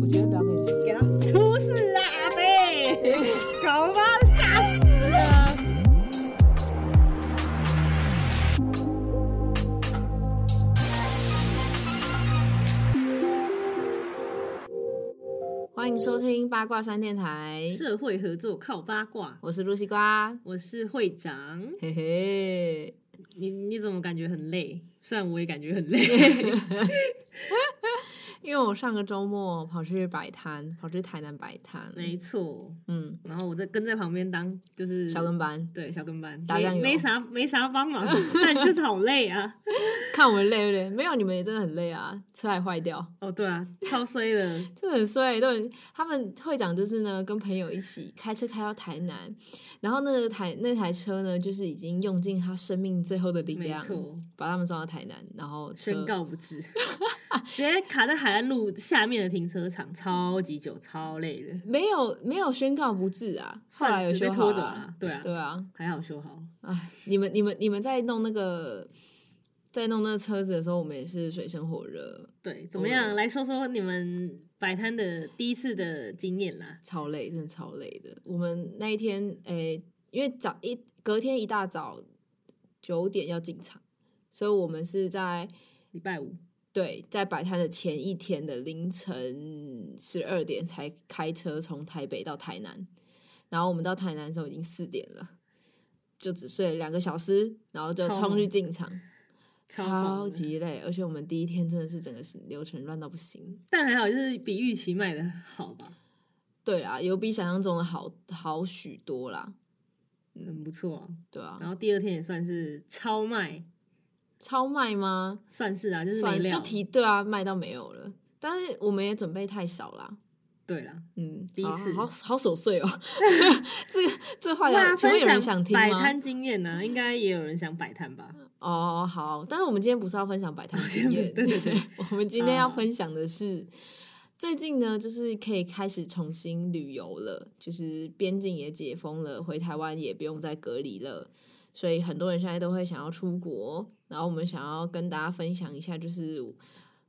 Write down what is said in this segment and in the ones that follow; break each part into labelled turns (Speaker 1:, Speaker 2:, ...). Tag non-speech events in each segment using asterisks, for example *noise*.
Speaker 1: 我绝对不要跟你说。
Speaker 2: 给他出事啊，阿贝，搞我妈吓死了。
Speaker 1: 欢迎收听八卦山电台，
Speaker 2: 社会合作靠八卦，
Speaker 1: 我是露西瓜，
Speaker 2: 我是会长。
Speaker 1: 嘿嘿。
Speaker 2: 你你怎么感觉很累？虽然我也感觉
Speaker 1: *laughs*
Speaker 2: 很累。
Speaker 1: 因为我上个周末跑去摆摊，跑去台南摆摊，
Speaker 2: 没嗯错，
Speaker 1: 嗯，
Speaker 2: 然后我在跟在旁边当就是
Speaker 1: 小跟班，
Speaker 2: 对小跟班，
Speaker 1: 打酱
Speaker 2: 没
Speaker 1: 油
Speaker 2: 没啥没啥帮忙， *laughs* 但就是好累啊。
Speaker 1: 看我们累不累？没有，你们也真的很累啊，车还坏掉，
Speaker 2: 哦，对啊，超衰的，
Speaker 1: 真的很衰。都很他们会长就是呢，跟朋友一起开车开到台南，然后那个台那台车呢，就是已经用尽他生命最后的力
Speaker 2: 没
Speaker 1: 量，
Speaker 2: 错，
Speaker 1: 把他们送到台南，然后车
Speaker 2: 宣告不
Speaker 1: *laughs*
Speaker 2: 治，直接卡在海岸路下面的停车场，超级久，超累的。
Speaker 1: 没有没有宣告不治啊，后来有
Speaker 2: 算是
Speaker 1: 修
Speaker 2: 被
Speaker 1: 好
Speaker 2: 拖走
Speaker 1: 啊
Speaker 2: 了，，对啊，
Speaker 1: 对啊，
Speaker 2: 还好修好。
Speaker 1: 哎，你们你们你们在弄那个在弄那个车子的时候，我们也是水深火热，
Speaker 2: 对，怎么
Speaker 1: 对
Speaker 2: 样？来说说你们摆摊的第一次的经验啦。
Speaker 1: 超累，真的超累的。我们那一天，诶、因为早一隔天一大早九点要进场，所以我们是在
Speaker 2: 礼拜五，
Speaker 1: 对在摆摊的前一天的凌晨十二点才开车从台北到台南，然后我们到台南的时候已经四点了，就只睡了两个小时，然后就
Speaker 2: 超
Speaker 1: 冲去
Speaker 2: 猛
Speaker 1: 进场。
Speaker 2: 超猛
Speaker 1: 超
Speaker 2: 的
Speaker 1: 级累，而且我们第一天真的是整个行流程乱到不行。
Speaker 2: 但还好就是比预期卖的好吧，
Speaker 1: 对啊，有比想象中的好好许多啦。嗯
Speaker 2: 很不错啊。
Speaker 1: 对啊，
Speaker 2: 然后第二天也算是超卖，
Speaker 1: 超卖吗？
Speaker 2: 算是啊，就是没
Speaker 1: 算
Speaker 2: 料。
Speaker 1: 就提对啊，卖到没有了。但是我们也准备太少啦。
Speaker 2: 对啦，
Speaker 1: 嗯，
Speaker 2: 第一
Speaker 1: 好
Speaker 2: 次
Speaker 1: 好好琐碎
Speaker 2: *laughs*
Speaker 1: 哦。这个这话
Speaker 2: 哇，
Speaker 1: 聊，哎请
Speaker 2: 分
Speaker 1: 问有人
Speaker 2: 享
Speaker 1: 想听
Speaker 2: 摆
Speaker 1: 吗？
Speaker 2: 摊经验呢、啊应该也有人想摆摊
Speaker 1: *laughs*
Speaker 2: 吧？
Speaker 1: 哦，好，但是我们今天不是要分享摆摊经验，
Speaker 2: 哦对对对
Speaker 1: *laughs* 我们今天
Speaker 2: 好
Speaker 1: 要
Speaker 2: 好
Speaker 1: 分享的是，最近呢，就是可以开始重新旅游了，就是边境也解封了，回台湾也不用再隔离了，所以很多人现在都会想要出国。然后我们想要跟大家分享一下，就是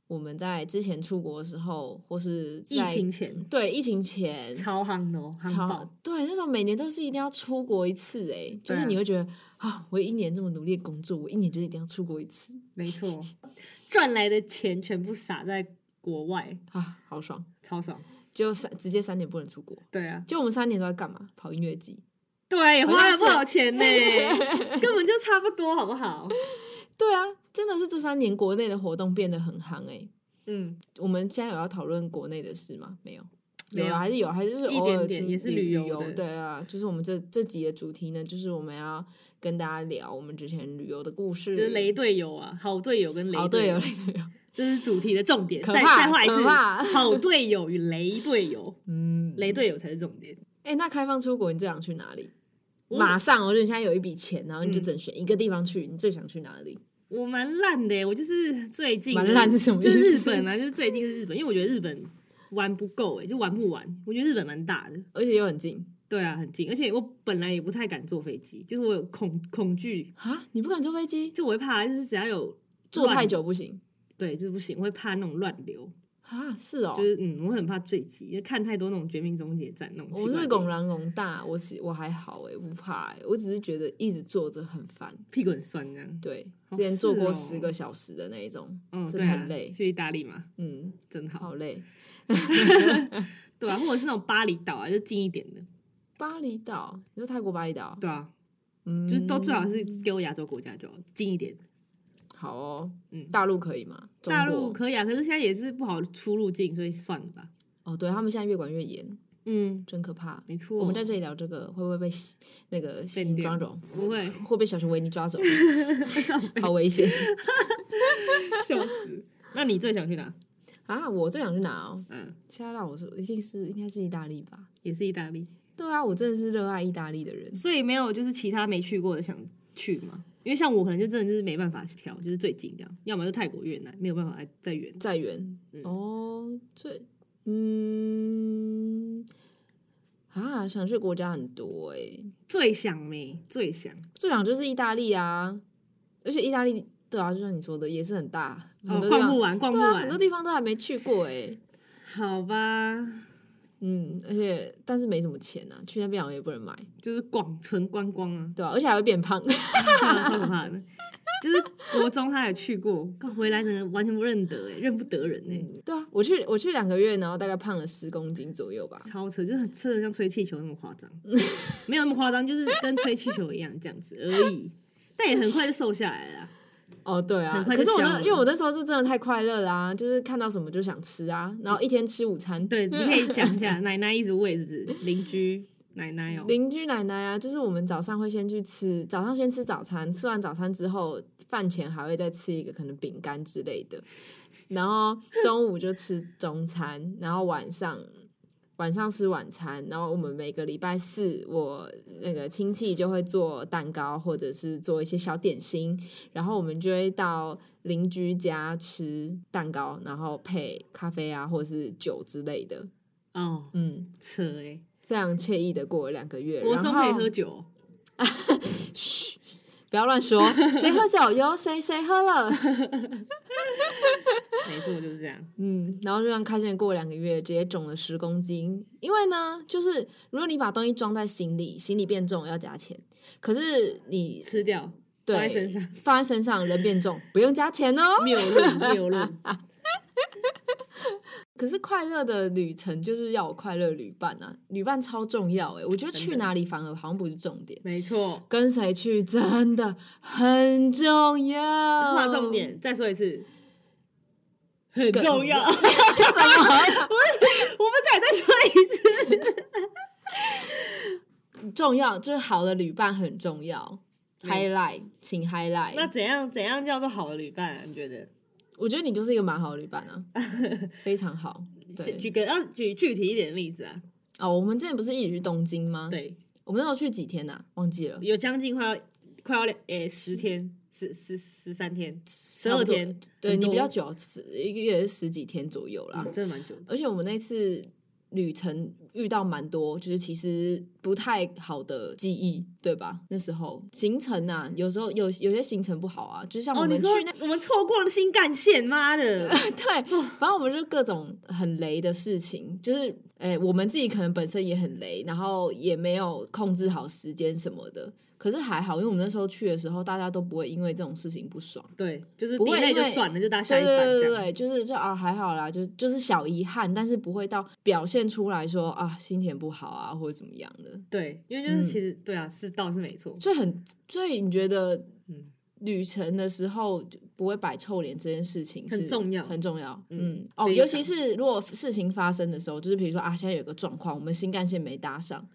Speaker 1: 我们在之前出国的时候，或是
Speaker 2: 疫
Speaker 1: 在
Speaker 2: 情前
Speaker 1: 对疫情前
Speaker 2: 超夯的哦，夯
Speaker 1: 超
Speaker 2: 爆，
Speaker 1: 对，那种每年都是一定要出国一次、欸，就
Speaker 2: 对
Speaker 1: 是
Speaker 2: 啊
Speaker 1: 你会觉得啊，我一年这么努力地工作，我一年就一定要出国一次
Speaker 2: 没错，赚来的钱全部撒在国外，
Speaker 1: 啊，好爽！
Speaker 2: 超爽。
Speaker 1: 就三直接三年不能出国，
Speaker 2: 对啊，
Speaker 1: 就我们三年都在干嘛？跑音乐季。
Speaker 2: 对，啊
Speaker 1: 好像
Speaker 2: 花了不
Speaker 1: 是
Speaker 2: 少
Speaker 1: *laughs*
Speaker 2: 钱呢，根本就差不多，好不好？
Speaker 1: 对啊，真的是这三年国内的活动变得很夯哎、
Speaker 2: 嗯，
Speaker 1: 我们现在有要讨论国内的事吗？没有，
Speaker 2: 没有
Speaker 1: 啊还是有，还是就是
Speaker 2: 一
Speaker 1: 偶尔
Speaker 2: 点点
Speaker 1: 出
Speaker 2: 也是
Speaker 1: 旅
Speaker 2: 旅游
Speaker 1: 游。
Speaker 2: 的
Speaker 1: 对啊，就是我们这这集的主题呢，就是我们要跟大家聊我们之前旅游的故事，
Speaker 2: 就是雷队友啊，好队友跟雷
Speaker 1: 哦，
Speaker 2: 队
Speaker 1: 对，
Speaker 2: 友
Speaker 1: 有，雷队友，
Speaker 2: 这是主题的重点。
Speaker 1: 可
Speaker 2: 再
Speaker 1: 怕
Speaker 2: 再画一
Speaker 1: 可
Speaker 2: 次
Speaker 1: 怕，
Speaker 2: 好队友与雷队友，
Speaker 1: 嗯，
Speaker 2: 雷队友才是重点。
Speaker 1: 哎、那开放出国，你最想去哪里？
Speaker 2: 我
Speaker 1: 马上，我觉得你现在有一笔钱，然后你就
Speaker 2: 嗯
Speaker 1: 只能选一个地方去，你最想去哪里？
Speaker 2: 我蛮烂的耶，欸我就是最近
Speaker 1: 嗯蛮烂是什么意
Speaker 2: 就
Speaker 1: 思
Speaker 2: 是日本啊，就是最近是日本，因为我觉得日本玩不够哎，就玩不完。我觉得日本蛮大的，
Speaker 1: 而且又很近
Speaker 2: 对啊，很近，而且我本来也不太敢坐飞机，就是我有恐恐惧，
Speaker 1: 啊！你不敢坐飞机，
Speaker 2: 就我会怕，就是只要有
Speaker 1: 坐
Speaker 2: 乱
Speaker 1: 太，久不行
Speaker 2: 对，就是不行，我会怕那种乱流，
Speaker 1: 啊！是哦，
Speaker 2: 就是嗯，我很怕坠机，因为看太多那种《绝命终结战》那种奇
Speaker 1: 我
Speaker 2: 怪的电影。
Speaker 1: 是拱狼拱大，我其我还好哎、我不怕哎、我只是觉得一直坐着很烦。
Speaker 2: 屁股很酸这样，
Speaker 1: 对，之
Speaker 2: 哦
Speaker 1: 前坐过
Speaker 2: 是
Speaker 1: 十
Speaker 2: 哦
Speaker 1: 个小时的那一种，
Speaker 2: 嗯，
Speaker 1: 真
Speaker 2: 对
Speaker 1: 的
Speaker 2: 啊，
Speaker 1: 很累。
Speaker 2: 去意大利嘛，
Speaker 1: 嗯，
Speaker 2: 真好，
Speaker 1: 好累。
Speaker 2: 对啊，或者是那种巴厘岛啊， *laughs* 就近一点的，
Speaker 1: 巴厘岛，你说泰国巴厘岛，
Speaker 2: 对啊，
Speaker 1: 嗯，
Speaker 2: 就是都最好是给我亚洲国家就好，近一点。
Speaker 1: 好哦。
Speaker 2: 嗯
Speaker 1: 大陆可以吗？中
Speaker 2: 大
Speaker 1: 国
Speaker 2: 陆可以啊，可是现在也是不好出入境，所以算了吧。
Speaker 1: 哦，对他们现在越管越严，
Speaker 2: 嗯，
Speaker 1: 真可怕。
Speaker 2: 没错，
Speaker 1: 我们在这里聊这个，会不会被洗那个
Speaker 2: 嗯被
Speaker 1: 新
Speaker 2: 丢
Speaker 1: 抓走？
Speaker 2: 不会
Speaker 1: 会被小熊维尼抓走？好危险
Speaker 2: *laughs* 笑死。那你最想去哪？
Speaker 1: 啊！我最想去哪哦？
Speaker 2: 嗯，
Speaker 1: 现在让我说，一定是应该是意大利吧？
Speaker 2: 也是意大利，
Speaker 1: 对啊，我真的是热爱意大利的人。
Speaker 2: 所以没有就是其他没去过的想去吗？因为像我可能就真的就是没办法挑，就是最近这样，要么就泰国、越南，没有办法再再远。
Speaker 1: 再远、
Speaker 2: 嗯
Speaker 1: 哦，最嗯啊，想去国家很多哎、
Speaker 2: 最想没最想，
Speaker 1: 最想就是意大利啊，而且意大利对啊，就像你说的也是很大，
Speaker 2: 哦
Speaker 1: 很多地
Speaker 2: 逛
Speaker 1: 方、
Speaker 2: 不完，逛不
Speaker 1: 对啊，
Speaker 2: 完
Speaker 1: 很多。地方都还没去过哎、
Speaker 2: 好吧，
Speaker 1: 嗯，而且但是没什么钱啊，去那边好像也不能买，
Speaker 2: 就是逛纯观光啊，
Speaker 1: 对吧、而且还会变胖。 *laughs*
Speaker 2: 算了，超可怕的。就是国中他也去过，刚回来真的完全不认得哎、认不得人哎、
Speaker 1: 对啊，我去我去两个月，然后大概胖了十公斤左右吧。
Speaker 2: 超扯，就是很扯的像吹气球那么夸张，没有那么夸张，就是跟吹气球一样这样子而已。但也很快就瘦下来了啦，啊
Speaker 1: 哦，对啊，
Speaker 2: 很快
Speaker 1: 可
Speaker 2: 就是
Speaker 1: 我
Speaker 2: 消
Speaker 1: 那
Speaker 2: 了
Speaker 1: 因为我那时候是真的太快乐啦、就是看到什么就想吃啊，然后一天吃午餐。
Speaker 2: 对，你可以讲一下，奶奶一直喂是不是？邻居奶奶哦、
Speaker 1: 邻居奶奶啊，就是我们早上会先去吃，早上先吃早餐，吃完早餐之后，饭前还会再吃一个可能饼干之类的，然后中午就吃中餐，然后晚上晚上吃晚餐，然后我们每个礼拜四，我那个亲戚就会做蛋糕或者是做一些小点心，然后我们就会到邻居家吃蛋糕，然后配咖啡啊或者是酒之类的，
Speaker 2: 哦，
Speaker 1: 嗯，
Speaker 2: 扯哎、
Speaker 1: 非常惬意的过了两个月。
Speaker 2: 国中可以
Speaker 1: 然后
Speaker 2: 喝酒哦、
Speaker 1: 嘘，不要乱说， *laughs* 谁喝酒哟？谁谁喝了？ *laughs*
Speaker 2: 没错就是这样。
Speaker 1: 嗯，然后就这样开心地过了两个月，直接肿了十公斤。因为呢，就是如果你把东西装在行李，行李变重要加钱，可是你
Speaker 2: 吃掉，
Speaker 1: 对
Speaker 2: 放在身上，
Speaker 1: 放在身上人变重不用加钱哦。
Speaker 2: 谬论谬论，
Speaker 1: 可是快乐的旅程就是要有快乐旅伴啊，旅伴超重要欸诶、我觉得去哪里反而好像不是重点。
Speaker 2: *laughs* 没错。
Speaker 1: 跟谁去真的很重要，
Speaker 2: *laughs* 划重，点，再说一次，很
Speaker 1: 嗯更
Speaker 2: 重要。我
Speaker 1: *laughs* *laughs*
Speaker 2: 们
Speaker 1: 什么？
Speaker 2: 再再说一次，
Speaker 1: 重要，就是好的旅伴很重要。
Speaker 2: 嗯
Speaker 1: highlight，请 highlight。
Speaker 2: *laughs* 那怎样怎样叫做好的旅伴、啊？你觉得？
Speaker 1: 我觉得你就是一个蛮好的旅伴
Speaker 2: *laughs*
Speaker 1: 啊，非常好。
Speaker 2: 是
Speaker 1: 对
Speaker 2: 举个要举具体一点的例子啊？
Speaker 1: 哦，我们之前不是一起去东京吗？，
Speaker 2: 对，
Speaker 1: 我们那时候去几天呐、啊忘记了，
Speaker 2: 有将近快要快要两诶十天，十十十三天，十
Speaker 1: 差
Speaker 2: 二
Speaker 1: 不多
Speaker 2: 天，
Speaker 1: 对
Speaker 2: 很
Speaker 1: 你
Speaker 2: 多
Speaker 1: 比较久，十一个月十几天左右啦。
Speaker 2: 嗯真的蛮久的。
Speaker 1: 而且我们那次旅程遇到蛮多，就是其实不太好的记忆，对吧？那时候行程啊，有时候有有些行程不好啊，就像我
Speaker 2: 哦，你
Speaker 1: 们去
Speaker 2: 说
Speaker 1: 那
Speaker 2: 我们错过了新干线，妈
Speaker 1: *laughs*
Speaker 2: 的！
Speaker 1: 对，反正我们就各种很雷的事情，就是诶、我们自己可能本身也很雷，然后也没有控制好时间什么的。可是还好，因为我们那时候去的时候，大家都不会因为这种事情不爽。
Speaker 2: 对，就是
Speaker 1: 不会
Speaker 2: delay
Speaker 1: 因
Speaker 2: 就
Speaker 1: 为
Speaker 2: 算了，就搭下
Speaker 1: 对
Speaker 2: 一
Speaker 1: 对
Speaker 2: 班
Speaker 1: 对
Speaker 2: 这
Speaker 1: 对
Speaker 2: 样。
Speaker 1: 对，就是就啊还好啦，就就是小遗憾，但是不会到表现出来说啊心情不好啊或者怎么样的。
Speaker 2: 对，因为就是
Speaker 1: 嗯
Speaker 2: 其实对啊，是倒是没错。
Speaker 1: 所以很，所以你觉得
Speaker 2: 嗯
Speaker 1: 旅程的时候就不会摆臭脸这件事情是
Speaker 2: 很重要
Speaker 1: 很重要。
Speaker 2: 嗯
Speaker 1: 嗯，哦，
Speaker 2: 非常
Speaker 1: 尤其是如果事情发生的时候，就是比如说啊，现在有个状况，我们新干线没搭上。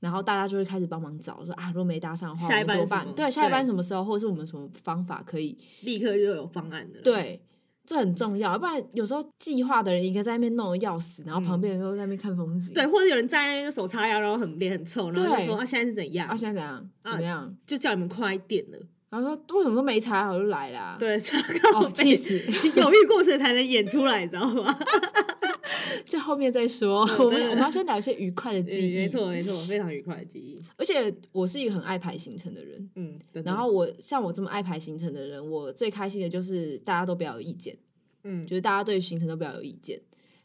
Speaker 1: 然后大家就会开始帮忙找，说啊，如果没搭上的话，
Speaker 2: 下一
Speaker 1: 我们怎么
Speaker 2: 班是什么
Speaker 1: 办？对，下一班
Speaker 2: 对
Speaker 1: 什么时候，或者是我们什么方法可以？
Speaker 2: 立刻就有方案的。，
Speaker 1: 对，这很重要，不然有时候计划的人一个在那边弄得要死，然后旁边人又在那边看风景。
Speaker 2: 嗯对，或者有人在那个手叉腰，然后很脸很臭，然后就
Speaker 1: 对
Speaker 2: 说啊现在是怎样
Speaker 1: 啊，，现在怎样？怎么样？
Speaker 2: 就叫你们快一点了。
Speaker 1: 然后说为什么都没踩好就来啦？，
Speaker 2: 对，超
Speaker 1: 哦，气
Speaker 2: *laughs*
Speaker 1: 死！
Speaker 2: 有遇过谁才能演出来，你知道吗？
Speaker 1: 这后面再说。
Speaker 2: 对
Speaker 1: *laughs* 我们
Speaker 2: 哦对
Speaker 1: 我们要先聊一些愉快的记忆。
Speaker 2: 嗯没，错没错，非常愉快的记忆。
Speaker 1: 而且我是一个很爱排行程的人。
Speaker 2: 嗯，真的
Speaker 1: 然后我像我这么爱排行程的人，我最开心的就是大家都不要有意见，
Speaker 2: 嗯
Speaker 1: 就是大家对行程都不要有意见。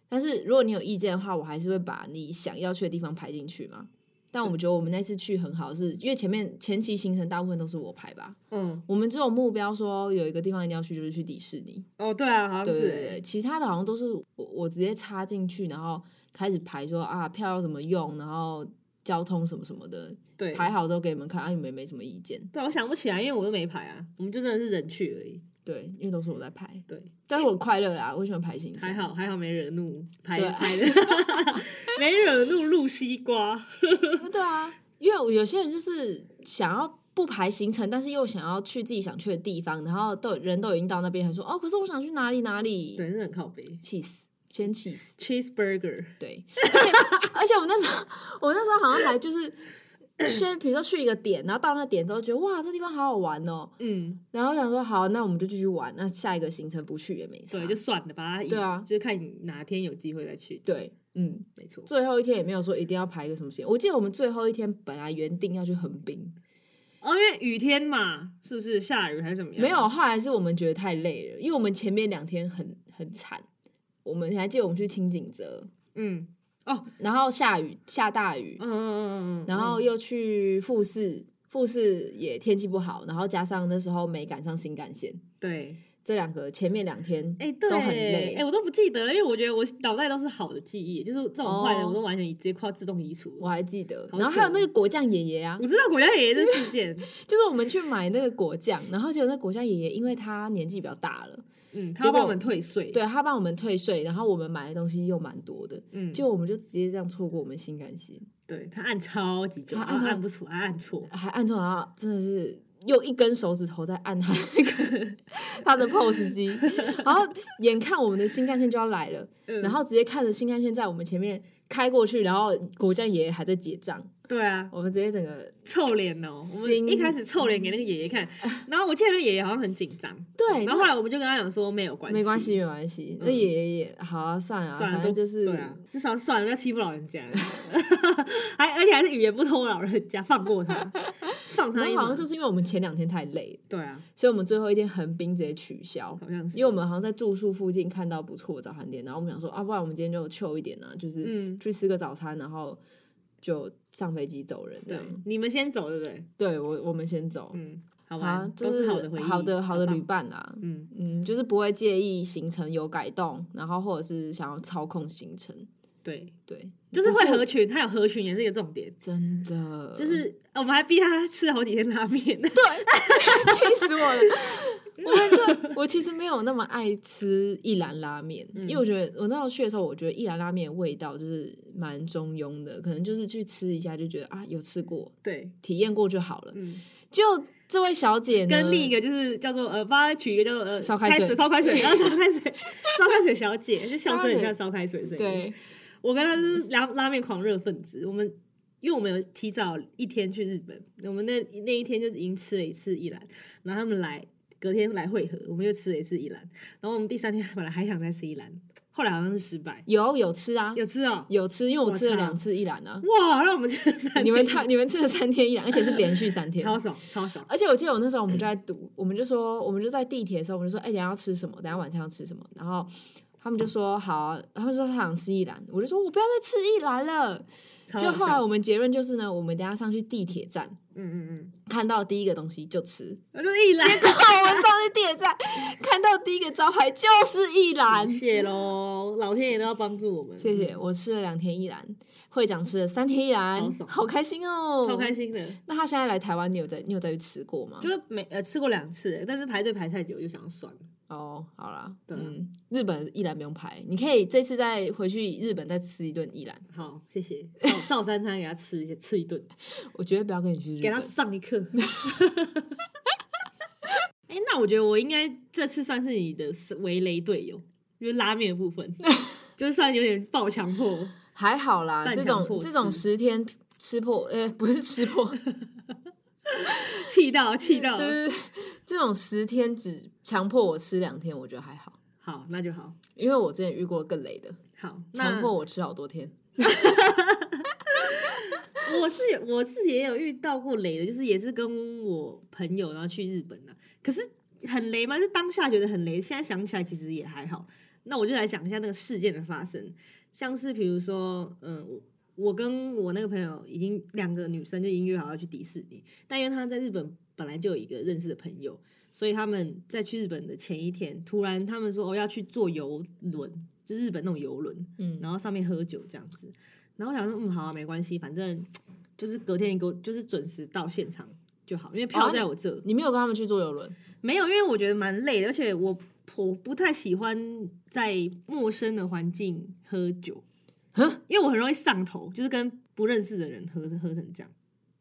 Speaker 1: 但是如果你有意见的话，我还是会把你想要去的地方排进去嘛。但我们觉得我们那次去很好是，因为前面前期行程大部分都是我排吧，
Speaker 2: 嗯
Speaker 1: 我们只有目标说有一个地方一定要去，就是去迪士尼。
Speaker 2: 哦对啊，好像
Speaker 1: 对
Speaker 2: 是
Speaker 1: 对
Speaker 2: 欸
Speaker 1: 对，其他的好像都是我我直接插进去，然后开始排说啊票要怎么用，然后交通什么什么的，
Speaker 2: 对
Speaker 1: 排好之后给你们看，啊你们也没什么意见，
Speaker 2: 对啊，我想不起来，因为我都没排啊，我们就真的是人去而已。
Speaker 1: 对，因为都是我在排，
Speaker 2: 对，
Speaker 1: 但是我快乐啊啦，我喜欢排行程，
Speaker 2: 还好还好没惹怒，排
Speaker 1: 对啊
Speaker 2: 排的 *laughs* 没惹怒露西瓜。
Speaker 1: 对啊，因为有些人就是想要。不排行程，但是又想要去自己想去的地方，然后都人都已经到那边，还说哦，可是我想去哪里哪里，
Speaker 2: 对，真的很靠北。
Speaker 1: 气死，先气死。
Speaker 2: Cheeseburger，
Speaker 1: 对，而且而且我那时候，我那时候好像还就是 *coughs* 先，比如说去一个点，然后到那点之后觉得哇，这地方好好玩哦，
Speaker 2: 嗯，
Speaker 1: 然后想说好，那我们就继续玩，那下一个行程不去也没差，
Speaker 2: 对，就算了，把它移
Speaker 1: 对啊
Speaker 2: 就看你哪天有机会再去。，
Speaker 1: 对，嗯，
Speaker 2: 没错。
Speaker 1: 最后一天也没有说一定要排一个什么行程，我记得我们最后一天本来原定要去横滨，
Speaker 2: 哦，因为雨天嘛，是不是嗯下雨还是怎么样？
Speaker 1: 没有，后来是我们觉得太累了，因为我们前面两天很很惨。我们还记得我们去清景泽，
Speaker 2: 嗯
Speaker 1: 然后下雨下大雨
Speaker 2: 嗯，嗯嗯嗯嗯，
Speaker 1: 然后又去富士，富士也天气不好，然后加上那时候没赶上新干线，
Speaker 2: 对，
Speaker 1: 这两个前面两天
Speaker 2: 哎、对，
Speaker 1: 都很累。
Speaker 2: 哎、我都不记得了，因为我觉得我脑袋都是好的记忆，就是这种坏的
Speaker 1: 哦
Speaker 2: 我都完全直接靠自动移除。
Speaker 1: 我还记得，
Speaker 2: 好哦嗯
Speaker 1: 然后还有
Speaker 2: 爽
Speaker 1: 那个果酱爷爷啊
Speaker 2: 我，知道国家爷爷这
Speaker 1: *laughs*
Speaker 2: 事件，
Speaker 1: 就是我们去买那个果酱，然后结果那果酱爷爷因为他年纪比较大了，
Speaker 2: 嗯，他
Speaker 1: 结果
Speaker 2: 要帮我们退税，，
Speaker 1: 对他帮我们退税，然后我们买的东西又蛮多的，
Speaker 2: 嗯，
Speaker 1: 就我们就直接这样错过我们新干线，
Speaker 2: 对他按超级久，
Speaker 1: 他
Speaker 2: 他
Speaker 1: 按超
Speaker 2: 按不出，他按错，
Speaker 1: 还按错，然后真的是用一根手指头在按他那个 *laughs* 他的 POS
Speaker 2: *laughs*
Speaker 1: 机，然后眼看我们的新干线就要来了，
Speaker 2: 嗯
Speaker 1: 然后直接看着新干线在我们前面开过去，然后国家爷爷还在结账，
Speaker 2: 对啊，
Speaker 1: 我们直接整个
Speaker 2: 臭脸哦、我
Speaker 1: 心
Speaker 2: 们一开始臭脸给那个爷爷看，然后我记得那个爷爷好像很紧张，
Speaker 1: *laughs* 对
Speaker 2: 然后后来我们就跟他讲说没有关系，
Speaker 1: 没关，系没关系，那
Speaker 2: 嗯
Speaker 1: 爷爷也好啊，算了啊，
Speaker 2: 算了，
Speaker 1: 反
Speaker 2: 都
Speaker 1: 正就是
Speaker 2: 对啊，就想算了，不要欺负老人家，
Speaker 1: *laughs*
Speaker 2: 还而且还是语言不通的老人家，放过他，放他
Speaker 1: 然
Speaker 2: 一
Speaker 1: 后好
Speaker 2: 马
Speaker 1: 像，就是因为我们前两天太累，
Speaker 2: 对啊，
Speaker 1: 所以我们最后一天横滨直接取消。
Speaker 2: 好像是，
Speaker 1: 因为我们好像在住宿附近看到不错的早餐店，然后我们想说啊，不然我们今天就 chill 一点啊，就是
Speaker 2: 嗯
Speaker 1: 去吃个早餐，然后就上飞机走人这
Speaker 2: 对
Speaker 1: 样。
Speaker 2: 你们先走，对不对？
Speaker 1: 对我我们先走，
Speaker 2: 嗯，好
Speaker 1: 好啊
Speaker 2: 吧，，
Speaker 1: 就
Speaker 2: 都是
Speaker 1: 好
Speaker 2: 好的回忆，
Speaker 1: 好的好的
Speaker 2: 棒
Speaker 1: 旅，伴啦。
Speaker 2: 嗯，
Speaker 1: 嗯，就是不会介意行程有改动，然后或者是想要操控行程，
Speaker 2: 对，
Speaker 1: 对，
Speaker 2: 就是会
Speaker 1: 不
Speaker 2: 合群，他有合群也是一个重点。
Speaker 1: 真 *laughs* 的
Speaker 2: 就是呃我们还逼他吃好几天拉面，
Speaker 1: 气死我了！ *laughs* 我们就我其实没有那么爱吃一兰拉面，因
Speaker 2: 嗯
Speaker 1: 为我觉得我那时候去的时候，我觉得一兰拉面的味道就是蛮中庸的，可能就是去吃一下就觉得啊有吃过，
Speaker 2: 对，
Speaker 1: 体验过就好了。
Speaker 2: 嗯，
Speaker 1: 就这位小姐呢，
Speaker 2: 跟另一个就是叫做呃，帮他取一个叫做呃
Speaker 1: 烧开
Speaker 2: 开
Speaker 1: 水
Speaker 2: 水
Speaker 1: *laughs*
Speaker 2: 烧开水，然后烧开水烧开水小姐，就笑声很像烧开水声音。
Speaker 1: 对，
Speaker 2: 我跟他是拉拉面狂热分子，我们因为我们有提早一天去日本，我们那那一天就是已经吃了一次一兰，然后他们来隔天来会合，我们又吃了一次一兰，然后我们第三天 *laughs* 本来还想再吃一兰，后来好像是失败，
Speaker 1: 有有吃啊，
Speaker 2: 有吃哦、
Speaker 1: 有吃，因为我吃了
Speaker 2: 我操
Speaker 1: 两次一兰啊。
Speaker 2: 哇，让我们吃了三天，
Speaker 1: 你们他你们吃了三天一兰，而且是连续
Speaker 2: *laughs*
Speaker 1: 三天，
Speaker 2: 超爽超爽，
Speaker 1: 而且我记得我那时候我们就在赌，我们就说我们就在地铁的时候，我们就说哎、等一下要吃什么？等一下晚上要吃什么？然后他们就说好啊、他们就说他想吃一兰，我就说我不要再吃一兰了。
Speaker 2: 超
Speaker 1: 就
Speaker 2: 好
Speaker 1: 后来
Speaker 2: 笑
Speaker 1: 我们结论就是呢，我们等一下上去地铁站
Speaker 2: 嗯嗯嗯，
Speaker 1: 看到第一个东西就
Speaker 2: *laughs*
Speaker 1: 吃，
Speaker 2: 我就一兰。
Speaker 1: 我们上去地铁站看到第一个招牌就是一兰
Speaker 2: 感。谢喽，老天爷都要帮助我们，
Speaker 1: 谢谢，我吃了两天一兰，会长吃了三天一兰
Speaker 2: 超，爽
Speaker 1: 好开心哦，
Speaker 2: 超开心的。
Speaker 1: 那他现在来台湾，你有在你有再去吃过吗？
Speaker 2: 就是每呃吃过两次，但是排队排太久，我就想要算了。
Speaker 1: 哦，好啦，
Speaker 2: 对啊
Speaker 1: 嗯，日本一兰不用排，你可以这次再回去日本再吃一顿一兰。
Speaker 2: 好，谢谢，照照三餐给他吃一下，吃一顿，
Speaker 1: 我绝对不要跟你去日
Speaker 2: 给他
Speaker 1: 本，
Speaker 2: 上一课。哎、那我觉得我应该这次算是你的围雷队友，就是拉面的部
Speaker 1: *laughs*
Speaker 2: 分，就是算有点爆强迫。
Speaker 1: 还好啦，
Speaker 2: 半
Speaker 1: 这
Speaker 2: 强
Speaker 1: 种
Speaker 2: 迫
Speaker 1: 这种
Speaker 2: 吃
Speaker 1: 十天吃破，呃，不是吃破，
Speaker 2: 气到 *laughs* 气到
Speaker 1: 就。是这种十天只强迫我吃两天，我觉得还好，
Speaker 2: 好，那就好，
Speaker 1: 因为我之前遇过更累的，
Speaker 2: 好。
Speaker 1: 强
Speaker 2: 那嗯
Speaker 1: 迫我吃好多天。
Speaker 2: 我是有我是也有遇到过雷的，就是也是跟我朋友然后去日本啊，可是很雷吗？就当下觉得很雷，现在想起来其实也还好。那我就来讲一下那个事件的发生，像是比如说，嗯，我我跟我那个朋友已经两个女生就已经约好要去迪士尼，但因为她在日本本来就有一个认识的朋友，所以他们在去日本的前一天，突然他们说哦要去坐游轮，就是日本那种游轮，
Speaker 1: 嗯
Speaker 2: 然后上面喝酒这样子。然后我想说，嗯，好、啊，没关系，反正就是隔天你给我就是准时到现场就好，因为
Speaker 1: 哦
Speaker 2: 票
Speaker 1: 你
Speaker 2: 在我这。
Speaker 1: 你没有跟他们去坐游轮，
Speaker 2: 没有，因为我觉得蛮累的，而且我我不太喜欢在陌生的环境喝酒，
Speaker 1: 哼
Speaker 2: 因为我很容易上头，就是跟不认识的人喝喝成这样。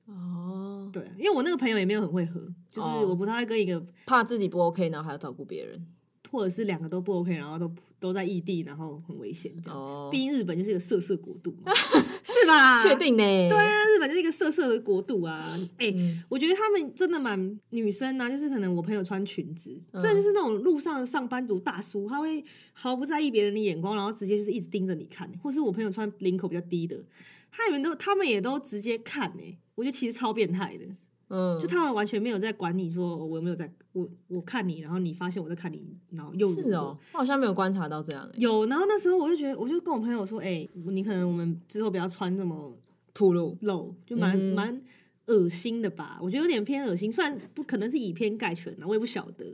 Speaker 1: 哦，
Speaker 2: 对啊，因为我那个朋友也没有很会喝，就是
Speaker 1: 哦
Speaker 2: 我不太会跟一个
Speaker 1: 怕自己不 OK，然后还要照顾别人。
Speaker 2: 或者是两个都不 OK，然后都都在异地，然后很危险这样。
Speaker 1: 哦
Speaker 2: 毕，竟日本就是一个色色国度
Speaker 1: *laughs*
Speaker 2: 嘛，是吧？
Speaker 1: 确定呢？对
Speaker 2: 对啊，日本就是一个色色的国度啊！哎、
Speaker 1: 嗯
Speaker 2: 我觉得他们真的蛮女生啊，就是可能我朋友穿裙子，
Speaker 1: 嗯
Speaker 2: 真的就是那种路上的上班族大叔，他会毫不在意别人的眼光，然后直接就是一直盯着你看、或是我朋友穿欸领口比较低的，他们都他们也都直接看哎、我觉得其实超变态的，
Speaker 1: 嗯，
Speaker 2: 就他们完全没有在管你说我有没有在，我我看你，然后你发现我在看你，然后又
Speaker 1: 是哦，我好像没有观察到这样、欸，
Speaker 2: 有，然后那时候我就觉得，我就跟我朋友说，哎、你可能我们之后不要穿这么
Speaker 1: 铺路，
Speaker 2: 露，就蛮
Speaker 1: 嗯
Speaker 2: 蛮恶心的吧，我觉得有点偏恶心，虽然不可能是以偏概全啊，我也不晓得，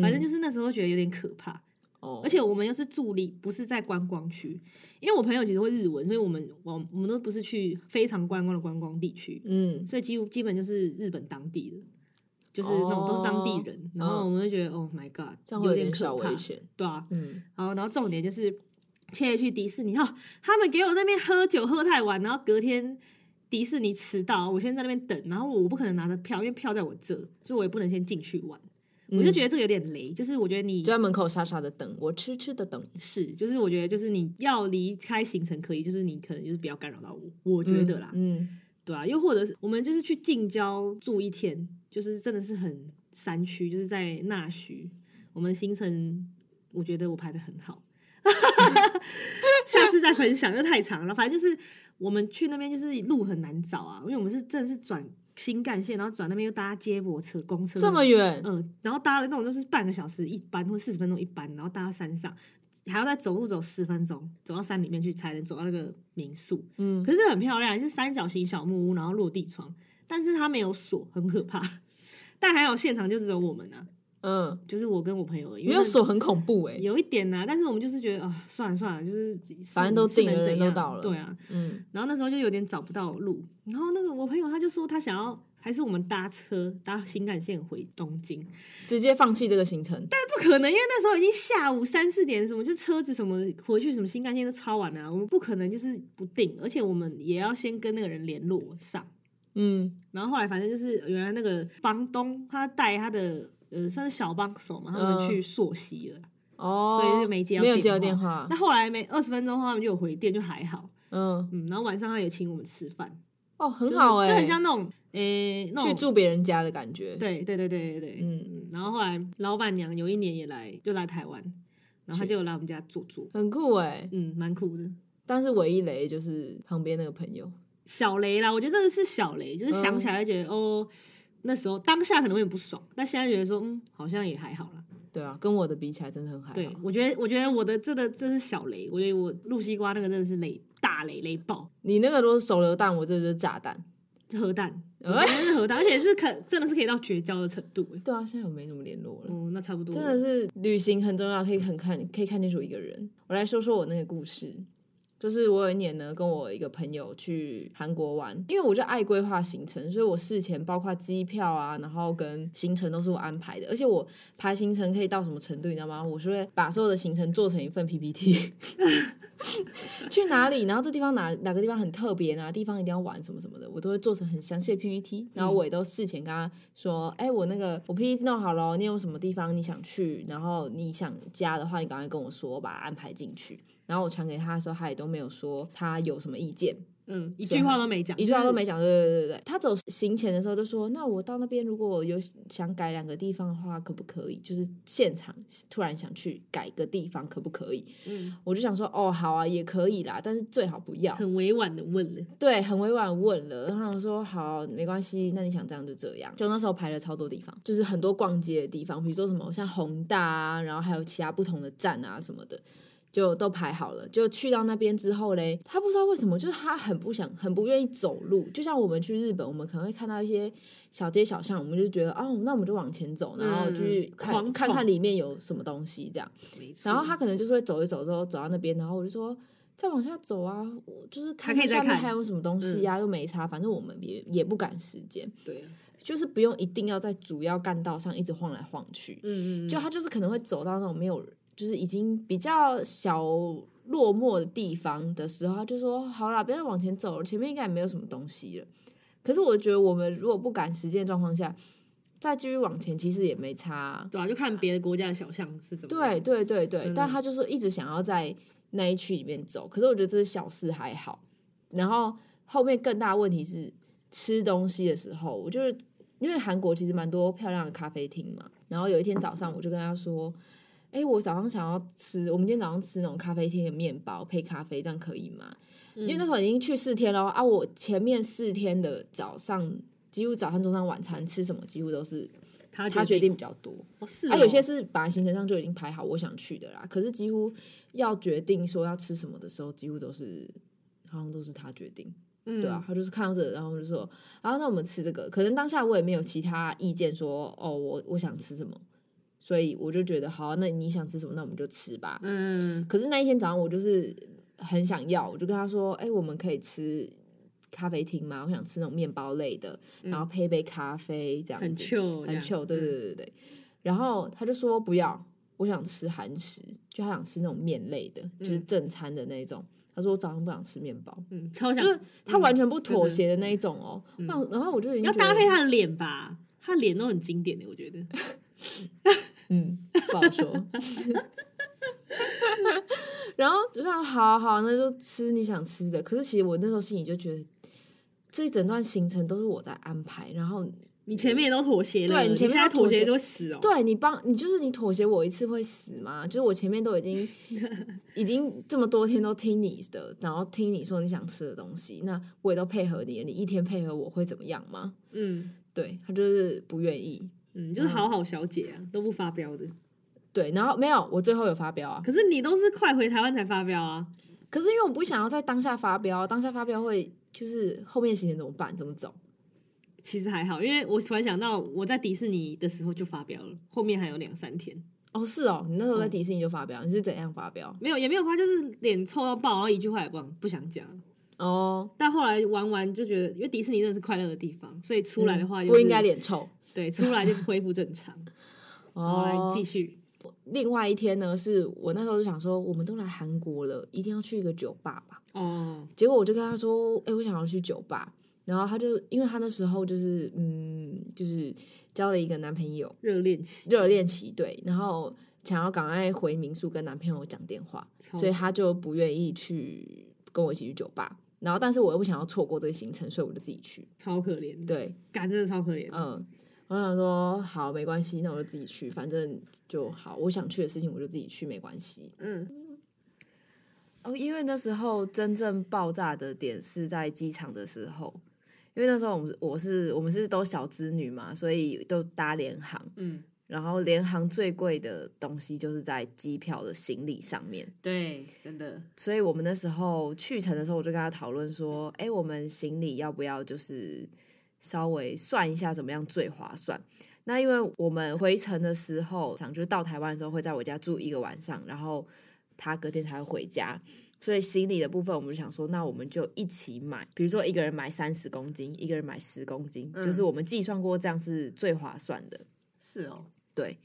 Speaker 2: 反
Speaker 1: 嗯
Speaker 2: 正就是那时候觉得有点可怕，
Speaker 1: 哦，
Speaker 2: 而且我们又是住里，不是在观光区，因为我朋友其实会日文，所以我们我我们都不是去非常观光的观光地区，
Speaker 1: 嗯，
Speaker 2: 所以几乎基本就是日本当地的，就是那种都是当地人，然后我们就觉得、哦 my god，
Speaker 1: 这样会有
Speaker 2: 点
Speaker 1: 点
Speaker 2: 可
Speaker 1: 小
Speaker 2: 怕
Speaker 1: 危，险，
Speaker 2: 对啊，
Speaker 1: 嗯，
Speaker 2: 然后然后重点就是切去迪士尼，然后他们给我那边喝酒喝太晚，然后隔天。迪士尼迟到，我先在那边等，然后我不可能拿着票，因为票在我这，所以我也不能先进去玩。我就觉得这个有点雷，就是我觉得你
Speaker 1: 就在门口傻傻的等，我痴痴的等，
Speaker 2: 是，就是我觉得，就是你要离开行程可以，就是你可能就是不要干扰到我，我觉得啦，
Speaker 1: 嗯，
Speaker 2: 对啊，又或者是我们就是去近郊住一天，就是真的是很山区，就是在那须，我们行程我觉得我排的很好， *laughs* 下次再分享，又太长了。反正就是我们去那边就是路很难找啊，因为我们是真的是转新干线，然后转那边又搭接驳车、公车，
Speaker 1: 这么远，
Speaker 2: 嗯，然后搭了那种就是半个小时一班或四十分钟一班，然后搭到山上，还要再走路走十分钟，走到山里面去才能走到那个民宿。
Speaker 1: 嗯，
Speaker 2: 可是很漂亮，就是三角形小木屋，然后落地窗，但是它没有锁，很可怕。 *laughs* 但还有现场就只有我们啊，
Speaker 1: 嗯，
Speaker 2: 就是我跟我朋友而已，因
Speaker 1: 没
Speaker 2: 为
Speaker 1: 有
Speaker 2: 那
Speaker 1: 锁很恐怖哎、
Speaker 2: 有一点呐、啊，但是我们就是觉得啊、算了算了，就是
Speaker 1: 反正都
Speaker 2: 是
Speaker 1: 定了
Speaker 2: 能怎
Speaker 1: 人都
Speaker 2: 样
Speaker 1: 到了
Speaker 2: 对啊。
Speaker 1: 嗯，
Speaker 2: 然后那时候就有点找不到路，然后那个我朋友他就说他想要还是我们搭车搭新干线回东京，哎
Speaker 1: 直接放弃这个行程，
Speaker 2: 不可能，因为那时候已经下午三四点，什么就车子什么回去什么新干线都超晚了、啊我们不可能就是不定，而且我们也要先跟那个人联络上。
Speaker 1: 嗯
Speaker 2: 然后后来反正就是原来那个房东他带他的呃算是小帮手嘛，他们
Speaker 1: 嗯
Speaker 2: 去朔溪了。
Speaker 1: 哦，
Speaker 2: 所以就没接到
Speaker 1: 没有接到
Speaker 2: 电
Speaker 1: 电话
Speaker 2: 那，后来没二十分钟后他们就有回电，就还好。
Speaker 1: 嗯，
Speaker 2: 嗯，然后晚上他也请我们吃饭，
Speaker 1: 哦，很好
Speaker 2: 就是就
Speaker 1: 哎、
Speaker 2: 很像那种诶、那
Speaker 1: 去
Speaker 2: 种
Speaker 1: 住别人家的感觉，，
Speaker 2: 对对对对对对。
Speaker 1: 嗯，
Speaker 2: 嗯，然后后来老板娘有一年也来，就来台湾，然后她就有来我们家坐坐。
Speaker 1: 很酷哎、
Speaker 2: 嗯，蛮酷的。
Speaker 1: 但是唯一雷就是旁边那个朋友，
Speaker 2: 小雷啦，我觉得这个是小雷，就是想
Speaker 1: 嗯
Speaker 2: 起来就觉得、哦，那时候当下可能会很不爽，但现在觉得说嗯，好像也还好啦。
Speaker 1: 对啊，跟我的比起来真的很还
Speaker 2: 对
Speaker 1: 好，，
Speaker 2: 我觉得我觉得我的这个这是小雷，我觉得我露西瓜那个真的是雷大雷雷爆
Speaker 1: 你那个都是手榴弹，我这就是炸弹，
Speaker 2: 就核弹，
Speaker 1: 哎
Speaker 2: 我觉得是核弹，而且是可真的是可以到绝交的程度欸
Speaker 1: 对啊，现在我没怎么联络了。
Speaker 2: 哦，那差不多
Speaker 1: 真的是旅行很重要，可以很看，可以看清楚一个人。我来说说我那个故事，就是我有一年呢，跟我一个朋友去韩国玩，因为我就爱规划行程，所以我事前包括机票啊，然后跟行程都是我安排的，而且我排行程可以到什么程度，你知道吗？我是会把所有的行程做成一份 PPT，去哪里，然后这地方哪哪个地方很特别，哪个地方一定要玩什么什么的，我都会做成很详细的 PPT，然后我也都事前跟他说，哎、我那个我 PPT 弄好了，你有什么地方你想去，然后你想加的话，你赶快跟我说，我把它安排进去。然后我传给他的时候，他也都没有说他有什么意见，
Speaker 2: 嗯，一句话都没讲，
Speaker 1: 一句话都没讲。对对对对，他走行前的时候就说：“那我到那边如果有想改两个地方的话，可不可以？就是现场突然想去改个地方，可不可以？”
Speaker 2: 嗯，
Speaker 1: 我就想说：“哦，好啊，也可以啦，但是最好不要。”
Speaker 2: 很委婉的问了，
Speaker 1: 对，很委婉问了，然后我说好，没关系，那你想这样就这样。就那时候排了超多地方，就是很多逛街的地方，比如说什么像宏大啊，然后还有其他不同的站啊什么的，就都排好了。就去到那边之后嘞，他不知道为什么，就是他很不想、很不愿意走路。就像我们去日本，我们可能会看到一些小街小巷，我们就觉得哦，那我们就往前走，然后去
Speaker 2: 嗯
Speaker 1: 看、
Speaker 2: 狂
Speaker 1: 看看
Speaker 2: 闯
Speaker 1: 里面有什么东西这样。
Speaker 2: 没错。
Speaker 1: 然后他可能就是会走一走之后走到那边，然后我就说再往下走啊，我就是看
Speaker 2: 还可以再
Speaker 1: 下面
Speaker 2: 看嗯
Speaker 1: 还有什么东西呀、又没差，反正我们也也不赶时间，
Speaker 2: 对啊，
Speaker 1: 就是不用一定要在主要干道上一直晃来晃去，
Speaker 2: 嗯嗯，
Speaker 1: 就他就是可能会走到那种没有，就是已经比较小落寞的地方的时候，他就说好啦，不要再往前走了，前面应该也没有什么东西了。可是我觉得我们如果不赶时间的状况下，再继续往前其实也没差啊、
Speaker 2: 对啊，就看别的国家的小巷是怎么样嗯
Speaker 1: 对对对对
Speaker 2: 真，
Speaker 1: 但
Speaker 2: 的
Speaker 1: 他就是一直想要在那一区里面走，可是我觉得这是小事还好。然后后面更大的问题是吃东西的时候，我就是因为韩国其实蛮多漂亮的咖啡厅嘛，然后有一天早上我就跟他说。哎、我早上想要吃，我们今天早上吃那种咖啡厅的面包配咖啡，这样
Speaker 2: 嗯
Speaker 1: 可以吗？因为那时候已经去四天了啊，我前面四天的早上几乎早餐、中餐、晚餐吃什么，几乎都是
Speaker 2: 他
Speaker 1: 他决定比较多。
Speaker 2: 哦是哦，
Speaker 1: 啊，有些是本来行程上就已经排好我想去的啦，可是几乎要决定说要吃什么的时候，几乎都是好像都是他决定，
Speaker 2: 嗯
Speaker 1: 对啊，，他就是看到这个，然后就说，啊，那我们吃这个。可能当下我也没有其他意见说，哦，我我想吃什么，所以我就觉得好，啊那你想吃什么，那我们就吃吧。
Speaker 2: 嗯
Speaker 1: 可是那一天早上我就是很想要，我就跟他说，哎、我们可以吃。咖啡厅吗？我想吃那种面包类的，然后配一杯咖啡这样子，
Speaker 2: 嗯很 chill 这
Speaker 1: 很
Speaker 2: 样
Speaker 1: chill，对对
Speaker 2: 嗯
Speaker 1: 对对对。然后他就说不要，我想吃韩食，就他想吃那种面类的，就是正餐的那种。他说我早上不想吃面包，
Speaker 2: 嗯超想嗯
Speaker 1: 就是他完全不妥
Speaker 2: 对对嗯
Speaker 1: 协的那一种哦。那然后我就已经
Speaker 2: 要
Speaker 1: 觉得
Speaker 2: 搭配他的脸吧，他脸都很经典的，我觉得。
Speaker 1: 嗯，不好说。 *laughs* 然后就想好好，那就吃你想吃的。可是其实我那时候心里就觉得，这一整段行程都是我在安排，然后
Speaker 2: 你前面也都妥协了，
Speaker 1: 对
Speaker 2: 你
Speaker 1: 你前面
Speaker 2: 现在
Speaker 1: 都妥
Speaker 2: 妥协
Speaker 1: 协
Speaker 2: 都死哦。
Speaker 1: 对你帮你就是你妥协我一次会死吗？就是我前面都已
Speaker 2: *laughs*
Speaker 1: 经已经这么多天都听你的，然后听你说你想吃的东西，那我也都配合你了，你一天配合我会怎么样吗？
Speaker 2: 嗯
Speaker 1: 对他就是不愿意，
Speaker 2: 嗯，就是好好小姐啊，都不发飙的。
Speaker 1: 对，然后没有我最后有发飙啊，
Speaker 2: 可是你都是快回台湾才发飙啊，
Speaker 1: 可是因为我不想要在当下发飙，当下发飙会就是后面行程怎么办怎么走？
Speaker 2: 其实还好，因为我突然想到我在迪士尼的时候就发飙了，后面还有两三天
Speaker 1: 哦，是哦，你那时候
Speaker 2: 嗯
Speaker 1: 在迪士尼就发飙，你是怎样发飙？
Speaker 2: 没有也没有发，就是脸臭到爆，然后一句话也不想不想讲。
Speaker 1: 哦，
Speaker 2: 但后来玩完就觉得，因为迪士尼真的是快乐的地方，所以出来的话、就是
Speaker 1: 嗯不应该脸臭
Speaker 2: 对，出来就恢复正 *laughs* 常。好，来
Speaker 1: 哦，
Speaker 2: 继续。
Speaker 1: 另外一天呢，是我那时候就想说，我们都来韩国了，一定要去一个酒吧吧。
Speaker 2: 哦，
Speaker 1: 结果我就跟他说，哎、我想要去酒吧。然后他就，因为他那时候就是，嗯，就是交了一个男朋友，
Speaker 2: 热恋期，
Speaker 1: 热恋期对，然后想要赶快回民宿跟男朋友讲电话，
Speaker 2: 超
Speaker 1: 所以他就不愿意去跟我一起去酒吧。然后，但是我又不想要错过这个行程，所以我就自己去。
Speaker 2: 超可怜的，
Speaker 1: 对，
Speaker 2: 感真的超可怜。
Speaker 1: 嗯，我想说，好，没关系，那我就自己去，反正就好，我想去的事情我就自己去，没关系。
Speaker 2: 嗯，
Speaker 1: 哦，因为那时候真正爆炸的点是在机场的时候，因为那时候我们我是我们是都小资女嘛，所以都搭联航，
Speaker 2: 嗯，
Speaker 1: 然后联航最贵的东西就是在机票的行李上面，
Speaker 2: 对，真的，
Speaker 1: 所以我们那时候去程的时候，我就跟他讨论说，哎，我们行李要不要就是稍微算一下怎么样最划算？那因为我们回程的时候，想就是到台湾的时候会在我家住一个晚上，然后他隔天才会回家，所以行李的部分我们就想说，那我们就一起买，比如说一个人买三十公斤，一个人买十公斤，
Speaker 2: 嗯
Speaker 1: 就是我们计算过这样是最划算的。
Speaker 2: 是哦，
Speaker 1: 对，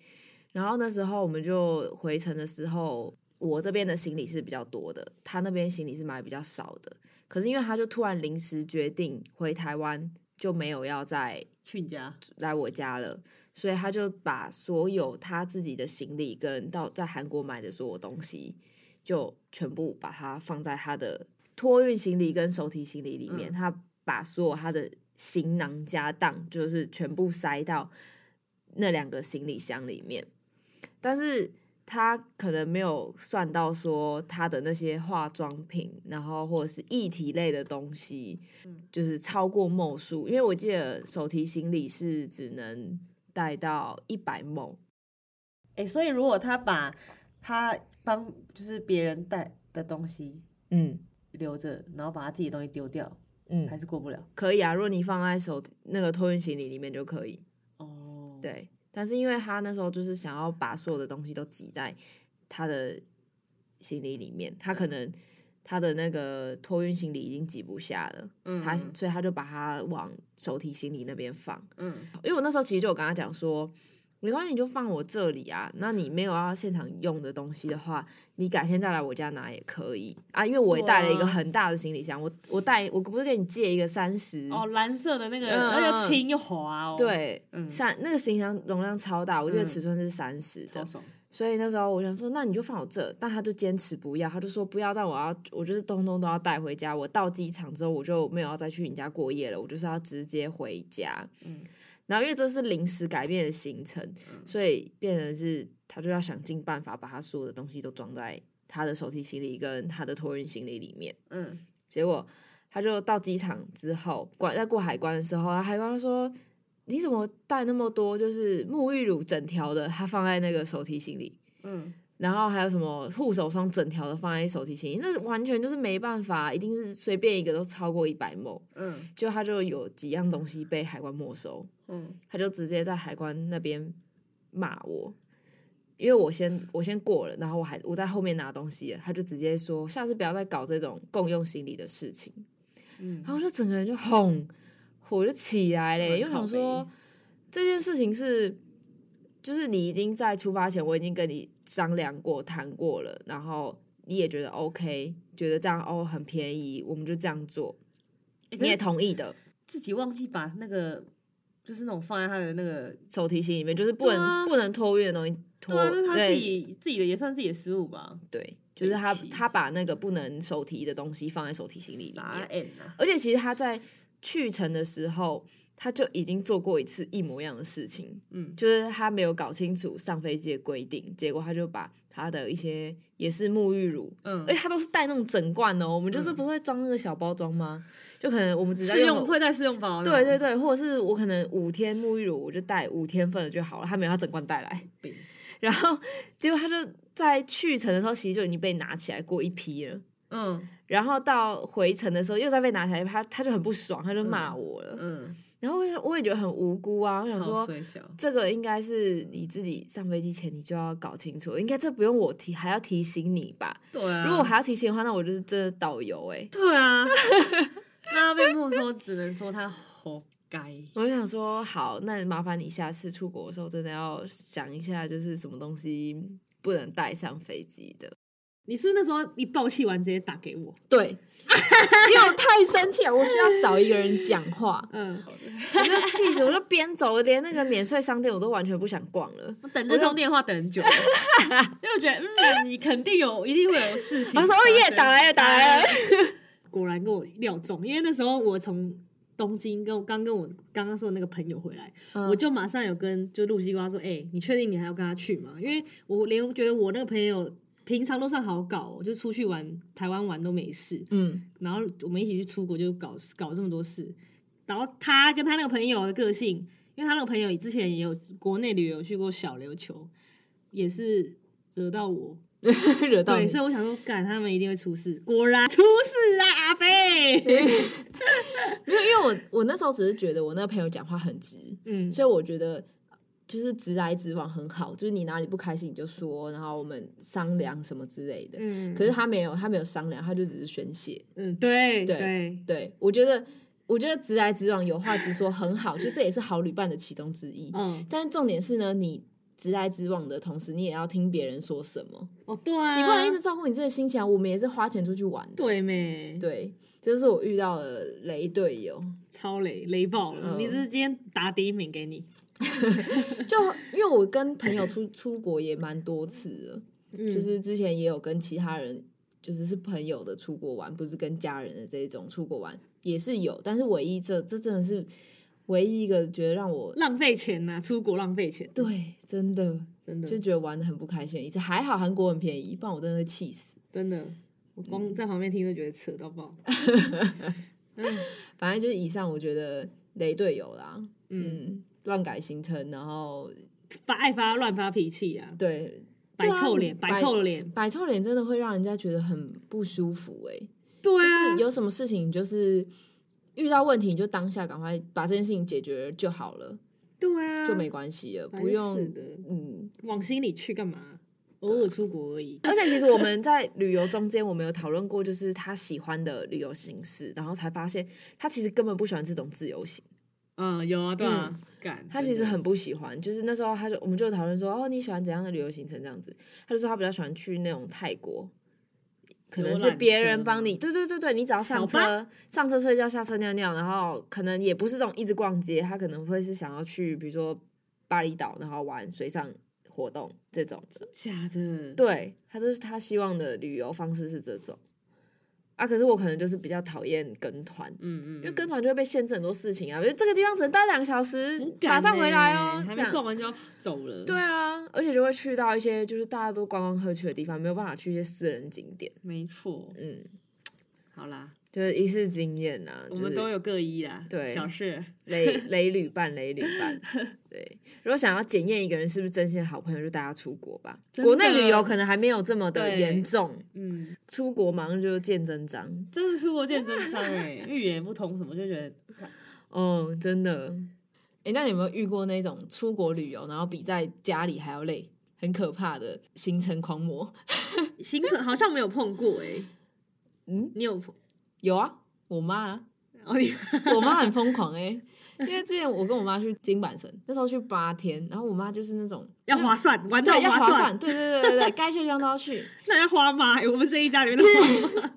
Speaker 1: 然后那时候我们就回程的时候，我这边的行李是比较多的，他那边行李是买比较少的。可是因为他就突然临时决定回台湾，就没有要再
Speaker 2: 去你家，
Speaker 1: 来我家了，所以他就把所有他自己的行李跟到在韩国买的所有东西，就全部把它放在他的托运行李跟手提行李里面。
Speaker 2: 嗯
Speaker 1: 他把所有他的行囊家当，就是全部塞到那两个行李箱里面。但是他可能没有算到说他的那些化妆品，然后或者是液体类的东西，就是超过某数，因为我记得手提行李是只能带到一百某，
Speaker 2: 哎、所以如果他把他帮就是别人带的东西
Speaker 1: 嗯
Speaker 2: 留着，然后把他自己的东西丢掉，还
Speaker 1: 嗯，
Speaker 2: 是过不了。
Speaker 1: 可以啊，如果你放在手那个托运行李里面就可以，
Speaker 2: 哦，，
Speaker 1: 对。但是因为他那时候就是想要把所有的东西都挤在他的行李里面，他可能他的那个托运行李已经挤不下了，
Speaker 2: 嗯
Speaker 1: 他所以他就把它往手提行李那边放。
Speaker 2: 嗯
Speaker 1: 因为我那时候其实就有跟他讲说，没关系，你就放我这里啊。那你没有要现场用的东西的话，你改天再来我家拿也可以啊。因为我也带了一个
Speaker 2: 对啊
Speaker 1: 很大的行李箱，我我带我不是跟你借一个三十、
Speaker 2: 哦，蓝色的那个，
Speaker 1: 嗯
Speaker 2: 那个轻又滑哦，，
Speaker 1: 对。
Speaker 2: 嗯，
Speaker 1: 三那个行李箱容量超大，我记得
Speaker 2: 嗯哦
Speaker 1: 尺寸是三十的，
Speaker 2: 超爽，
Speaker 1: 所以那时候我想说，那你就放我这，但他就坚持不要，他就说不要，但我要我就是通通都要带回家。我到机场之后，我就没有要再去你家过夜了，我就是要直接回家。
Speaker 2: 嗯
Speaker 1: 然后因为这是临时改变的行程，所以变成是他就要想尽办法把他所有的东西都装在他的手提行李跟他的托运行李里面。
Speaker 2: 嗯，
Speaker 1: 结果他就到机场之后，关在过海关的时候，然啊后海关就说：“你怎么带那么多？就是沐浴乳整条的，他放在那个手提行李，
Speaker 3: 嗯，
Speaker 1: 然后还有什么护手霜整条的放在手提行李，那完全就是没办法，一定是随便一个都超过一百某。
Speaker 3: 嗯
Speaker 1: 就他就有几样东西被海关没收，
Speaker 3: 嗯
Speaker 1: 他就直接在海关那边骂我，因为我先我先过了，然后我还我在后面拿东西了，他就直接说下次不要再搞这种共用行李的事情。
Speaker 3: 嗯
Speaker 1: 然后我就整个人就哄，火就起来嘞，
Speaker 3: 蛮
Speaker 1: 因为想
Speaker 3: 靠
Speaker 1: 说
Speaker 3: 北
Speaker 1: 这件事情是，就是你已经在出发前我已经跟你商量过、谈过了，然后你也觉得 OK，觉得这样哦很便宜，我们就这样做，
Speaker 3: 可
Speaker 1: 你
Speaker 3: 是
Speaker 1: 也同意的。
Speaker 3: 自己忘记把那个就是那种放在他的那个，
Speaker 1: 手提行李里面，就是不能、
Speaker 3: 对啊
Speaker 1: 不能托运的东西托，
Speaker 3: 对啊，那他自
Speaker 1: 对
Speaker 3: 己自己的也算自己的失误吧？
Speaker 1: 对，就是他
Speaker 3: 对不起
Speaker 1: 他把那个不能手提的东西放在手提行李里
Speaker 3: 啥
Speaker 1: 面，
Speaker 3: N 啊？
Speaker 1: 而且其实他在去程的时候，他就已经做过一次一模一样的事情，
Speaker 3: 嗯
Speaker 1: 就是他没有搞清楚上飞机的规定，结果他就把他的一些也是沐浴乳。
Speaker 3: 嗯
Speaker 1: 而且他都是带那种整罐哦，我们就是不是会装那个小包装吗？就可能我们只在
Speaker 3: 试用
Speaker 1: 用
Speaker 3: 会带试用包那种，
Speaker 1: 对对对，或者是我可能五天沐浴乳我就带五天份的就好了，他没有他整罐带来。 *laughs*
Speaker 3: 对，
Speaker 1: 然后结果他就在去程的时候，其实就已经被拿起来过一批了。
Speaker 3: 嗯
Speaker 1: 然后到回程的时候，又再被拿起来一批，他他就很不爽，他就骂我了。
Speaker 3: 嗯，
Speaker 1: 然后我也我也觉得很无辜啊，我想
Speaker 3: 超
Speaker 1: 说
Speaker 3: 衰小，
Speaker 1: 这个应该是你自己上飞机前你就要搞清楚，应该这不用我提，还要提醒你吧？
Speaker 3: 对啊，
Speaker 1: 如果我还要提醒的话，那我就是真的导游哎、
Speaker 3: 对啊， *laughs* 那他被没收，只能说他活该。
Speaker 1: 我就想说，好，那麻烦你下次出国的时候，真的要想一下，就是什么东西不能带上飞机的。
Speaker 2: 你是不是那时候一爆气完直接打给我？
Speaker 1: 对，因为我太生气了，我需要找一个人讲话，
Speaker 2: 嗯，
Speaker 1: 我就气死，我就边走连那个免税商店我都完全不想逛了。
Speaker 3: 我等这通电话等
Speaker 2: *laughs*
Speaker 3: 很久了，因为我觉得嗯，你肯定有，一定会有事情。
Speaker 1: 他说：“哦耶，打来了，打来了。
Speaker 2: *laughs* 果然跟我料中，因为那时候我从东京跟我刚跟我刚刚说的那个朋友回来，
Speaker 1: 嗯
Speaker 2: 我就马上有跟就露西瓜说，哎、你确定你还要跟他去吗？因为我连觉得我那个朋友平常都算好搞哦、就出去玩台湾玩都没事，”
Speaker 1: 嗯，
Speaker 2: 然后我们一起去出国就搞搞这么多事，然后他跟他那个朋友的个性，因为他那个朋友之前也有国内旅游去过小琉球，也是惹到我，
Speaker 1: *laughs* 惹到
Speaker 2: 对，
Speaker 1: 你
Speaker 2: 所。以我想说，干他们一定会出事，果然出事啊，阿
Speaker 1: *laughs*
Speaker 2: 飞，
Speaker 1: 没有，因为我我那时候只是觉得我那个朋友讲话很直，
Speaker 2: 嗯，
Speaker 1: 所以我觉得就是直来直往很好，就是你哪里不开心你就说，然后我们商量什么之类的。
Speaker 2: 嗯，
Speaker 1: 可是他没有，他没有商量，他就只是宣泄。
Speaker 2: 嗯，对
Speaker 1: 对
Speaker 2: 对，
Speaker 1: 对我觉得，我觉得直来直往，有话直说很好，就这也是好旅伴的其中之一。
Speaker 2: 嗯，
Speaker 1: 但重点是呢，你直来直往的同时，你也要听别人说什么，
Speaker 2: 哦，对啊，
Speaker 1: 你不能一直照顾你自己的心情啊。我们也是花钱出去玩的，
Speaker 2: 对没，
Speaker 1: 对，这就是我遇到了雷队友，
Speaker 2: 超雷雷爆了，
Speaker 1: 嗯
Speaker 2: 你是今天打第一名给你，
Speaker 1: 就因为我跟朋友出出国也蛮多次了，
Speaker 2: 嗯
Speaker 1: 就是之前也有跟其他人，就是是朋友的出国玩，不是跟家人的这一种出国玩也是有，但是唯一这这真的是唯一一个觉得让我
Speaker 2: 浪费钱呐、出国浪费钱，，
Speaker 1: 对真的
Speaker 2: 真的
Speaker 1: 就觉得玩的很不开心的一次。还好韩国很便宜，不然我真的会气死。
Speaker 2: 真的，我
Speaker 1: 嗯
Speaker 2: 光在旁边听都觉得扯到爆，
Speaker 1: 反正就是以上，我觉得雷队友啦，
Speaker 2: 嗯，
Speaker 1: 嗯，乱改行程，然后
Speaker 2: 发爱发乱发脾气啊，
Speaker 1: 对
Speaker 2: 摆
Speaker 1: 对啊
Speaker 2: 臭脸，摆
Speaker 1: 摆
Speaker 2: 臭脸，
Speaker 1: 摆臭脸真的会让人家觉得很不舒服哎、
Speaker 2: 对
Speaker 1: 就是
Speaker 2: 啊，
Speaker 1: 有什么事情就是遇到问题，你就当下赶快把这件事情解决了就好了，
Speaker 2: 对啊，
Speaker 1: 就没关系了，
Speaker 2: 烦
Speaker 1: 不用啊
Speaker 2: 死的，
Speaker 1: 嗯。
Speaker 2: 往心里去干嘛？偶尔出国而已，
Speaker 1: 而且其实我们在旅游中间，我们有讨论过，就是他喜欢的旅游形式，然后才发现他其实根本不喜欢这种自由行，
Speaker 2: 嗯，有啊，对啊，干，
Speaker 1: 他
Speaker 2: 真
Speaker 1: 其实
Speaker 2: 的
Speaker 1: 很不喜欢。就是那时候他就我们就讨论说，哦，你喜欢怎样的旅游行程这样子？他就说他比较喜欢去那种泰国。可能
Speaker 2: 游
Speaker 1: 是
Speaker 2: 览
Speaker 1: 别
Speaker 2: 车
Speaker 1: 人帮
Speaker 2: 吗
Speaker 1: 你，对对对对，你只要上
Speaker 2: 小巴
Speaker 1: 车，上车睡觉，下车尿尿，然后可能也不是这种一直逛街，他可能会是想要去，比如说巴厘岛，然后玩水上活动这种的。
Speaker 2: 假的，
Speaker 1: 对，他就是他希望的旅游方式是这种啊。可是我可能就是比较讨厌跟团，
Speaker 2: 嗯嗯，
Speaker 1: 因为跟团就会被限制很多事情啊。比如这个地方只能待两个小时
Speaker 2: 很，赶
Speaker 1: 马上回来
Speaker 2: 欸
Speaker 1: 哦，
Speaker 2: 还
Speaker 1: 这
Speaker 2: 没逛
Speaker 1: 样。
Speaker 2: 完就要走了，
Speaker 1: 对，啊，而且就会去到一些就是大家都观光客去的地方，没有办法去一些私人景点。
Speaker 2: 没错，
Speaker 1: 嗯，
Speaker 2: 好啦，
Speaker 4: 就是一次经验啊，
Speaker 2: 我
Speaker 4: 就
Speaker 2: 们
Speaker 4: 是
Speaker 2: 都有各一啦，
Speaker 4: 对
Speaker 2: 小事。 *laughs*
Speaker 4: 雷雷旅伴，雷旅伴。对，如果想要检验一个人是不是真心的好朋友，就大家出国吧。
Speaker 2: 真的
Speaker 4: 国内旅游可能还没有这么的
Speaker 2: 对
Speaker 4: 严重，
Speaker 2: 嗯，
Speaker 4: 出国马上就见真章。
Speaker 2: 真的出国见真章哎、 *laughs* 预言不通什么就觉
Speaker 1: *laughs*
Speaker 2: 得
Speaker 4: 嗯，真的，
Speaker 1: 哎、那你有没有遇过那种出国旅游，然后比在家里还要累，很可怕的行程狂魔？
Speaker 2: 行程好像没有碰过哎、
Speaker 1: 嗯，
Speaker 2: 你有碰？
Speaker 1: 有啊，我妈、啊，
Speaker 2: 哦，你
Speaker 1: 我妈很疯狂哎、因为之前我跟我妈去金板神，那时候去八天，然后我妈就是那种
Speaker 2: 要划算，玩到
Speaker 1: 对要
Speaker 2: 划
Speaker 1: 划算，对对对对对，该去的地方都要去，
Speaker 2: 那要花吗？ *laughs* 我们这一家里面都
Speaker 1: *laughs*
Speaker 2: 花妈。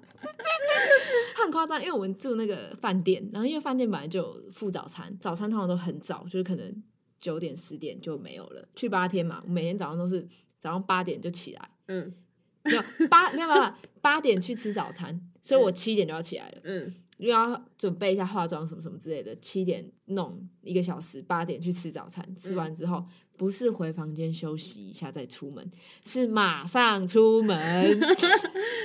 Speaker 1: 她很夸张，因为我们住那个饭店，然后因为饭店本来就有付早餐，早餐通常都很早，就是可能九点十点就没有了。去八天嘛，我每天早上都是早上八点就起来，
Speaker 2: 嗯
Speaker 1: 没有八没有办法，八点去吃早餐，所以我七点就要起来了，
Speaker 2: 嗯，
Speaker 1: 又要准备一下化妆什么什么之类的，七点弄一个小时，八点去吃早餐，吃
Speaker 2: 嗯
Speaker 1: 完之后不是回房间休息一下再出门，是马上出门，
Speaker 2: *laughs*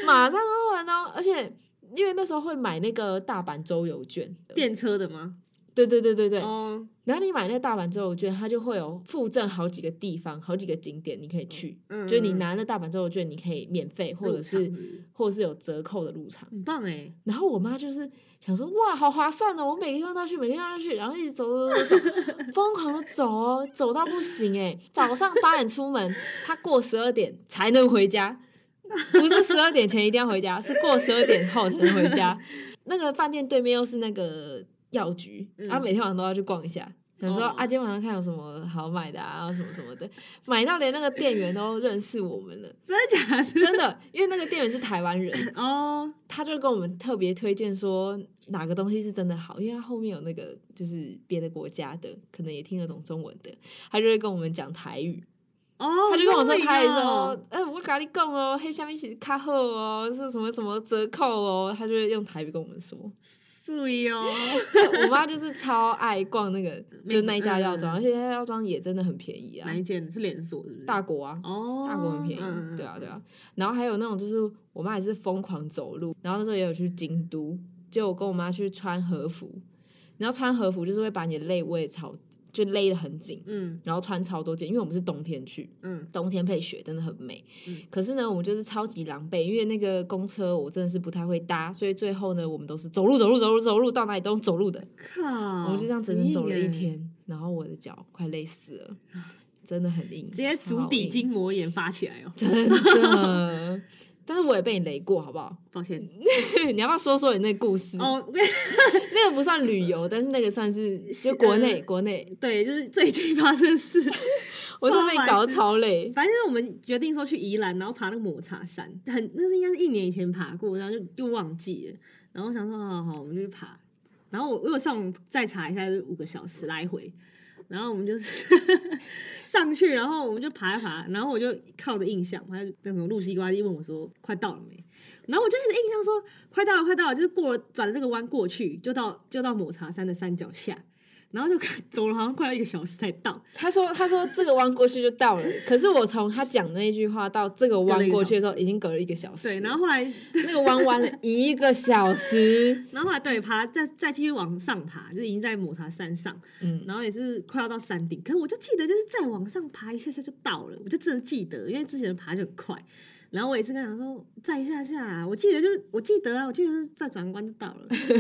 Speaker 1: 马上出门哦，而且。因为那时候会买那个大阪周游券，
Speaker 2: 电车的吗？
Speaker 1: 对对对对对，
Speaker 2: 哦，
Speaker 1: 然后你买那个大阪周游券，它就会有附赠好几个地方、好几个景点你可以去，
Speaker 2: 嗯
Speaker 1: 就是你拿那大阪周游券，你可以免费或者
Speaker 2: 入场
Speaker 1: 是
Speaker 2: 日
Speaker 1: 或者是有折扣的入场。
Speaker 2: 很棒哎，
Speaker 1: 然后我妈就是想说，哇，好划算哦！我每个地方都要去，每个地方都要去，然后一直走走走走，疯狂的走哦，走到不行哎！早上八点出门，她过十二点才能回家，不是十二点前一定要回家，是过十二点后才能回家。那个饭店对面又是那个药局，
Speaker 2: 嗯
Speaker 1: 然后每天晚上都要去逛一下。想说、
Speaker 2: 哦
Speaker 1: 啊，今天晚上看有什么好买的啊，然后什么什么的，买到连那个店员都认识我们了，
Speaker 2: 真的假的？
Speaker 1: 真的，因为那个店员是台湾人，
Speaker 2: 哦，
Speaker 1: 他就跟我们特别推荐说哪个东西是真的好，因为他后面有那个就是别的国家的，可能也听得懂中文的，他就会跟我们讲台语，
Speaker 2: 哦，
Speaker 1: 他就跟我说
Speaker 2: 终于
Speaker 1: 台语说
Speaker 2: 哦，，
Speaker 1: 呃，我咖喱贡哦，黑下面是卡后哦，是什么什么折扣哦，他就会用台语跟我们说。
Speaker 2: 注意哦，
Speaker 1: *laughs* 我妈就是超爱逛那个，就是那一家药妆，而且那家药妆也真的很便宜啊
Speaker 2: 哪，一间是连锁是不是？
Speaker 1: 大国啊，
Speaker 2: 哦，
Speaker 1: 大国很便宜，
Speaker 2: 嗯
Speaker 1: 对啊对啊。然后还有那种就是我妈也是疯狂走路，然后那时候也有去京都，就我跟我妈去穿和服，然后穿和服就是会把你的肋位超就勒得很紧，
Speaker 2: 嗯
Speaker 1: 然后穿超多件，因为我们是冬天去，
Speaker 2: 嗯，
Speaker 1: 冬天配雪真的很美。
Speaker 2: 嗯
Speaker 1: 可是呢，我们就是超级狼狈，因为那个公车我真的是不太会搭，所以最后呢，我们都是走路走路走路走路到哪里都走路的，
Speaker 2: 靠，
Speaker 1: 我们就这样整整走了一
Speaker 2: 哦很硬欸，
Speaker 1: 天，然后我的脚快累死了，真的很硬，
Speaker 2: 直接足
Speaker 1: 超
Speaker 2: 底
Speaker 1: 硬
Speaker 2: 筋膜炎发起来哦，
Speaker 1: 真的。但是我也被你雷过，好不 *laughs* 好？
Speaker 2: 抱歉
Speaker 1: 你要不要说说你那个故事？
Speaker 2: 哦，我跟
Speaker 1: 那个不算旅游，但是那个算是就国
Speaker 2: 嗯
Speaker 1: 内国内，
Speaker 2: 对，就是最近发生的事，
Speaker 1: 我是被搞得超累。
Speaker 2: 反正就是我们决定说去宜兰，然后爬那个抹茶山，很那是应该是一年以前爬过，然后就就忘记了。然后我想说，好好好，我们就去爬。然后我我有上网再查一下，是五个小时来回。然后我们就是 *laughs* 上去，然后我们就爬一爬，然后我就靠着印象，他就那种露西瓜就问我说：“快到了没？”然后我就一直印象说：“快到了，快到了！”就是过了转了这个弯过去，就到就到抹茶山的山脚下，然后就走了好像快要一个小时才到。
Speaker 1: 他说他说这个弯过去就到
Speaker 2: *laughs*
Speaker 1: 了，可是我从他讲那一句话到这个弯过去的时候，已经隔了一个小时。
Speaker 2: 对，然后后来
Speaker 1: 那个弯弯了一个小
Speaker 2: *laughs*
Speaker 1: 时，
Speaker 2: 然后后来对爬，再再继续往上爬，就是已经在抹茶山上，
Speaker 1: 嗯，
Speaker 2: 然后也是快要到山顶。可是我就记得，就是再往上爬一下下就到了，我就真的记得，因为之前爬就很快。然后我也是跟他讲说，再一下下啊，我记得就是我记得啊，我记得是再转弯就到了，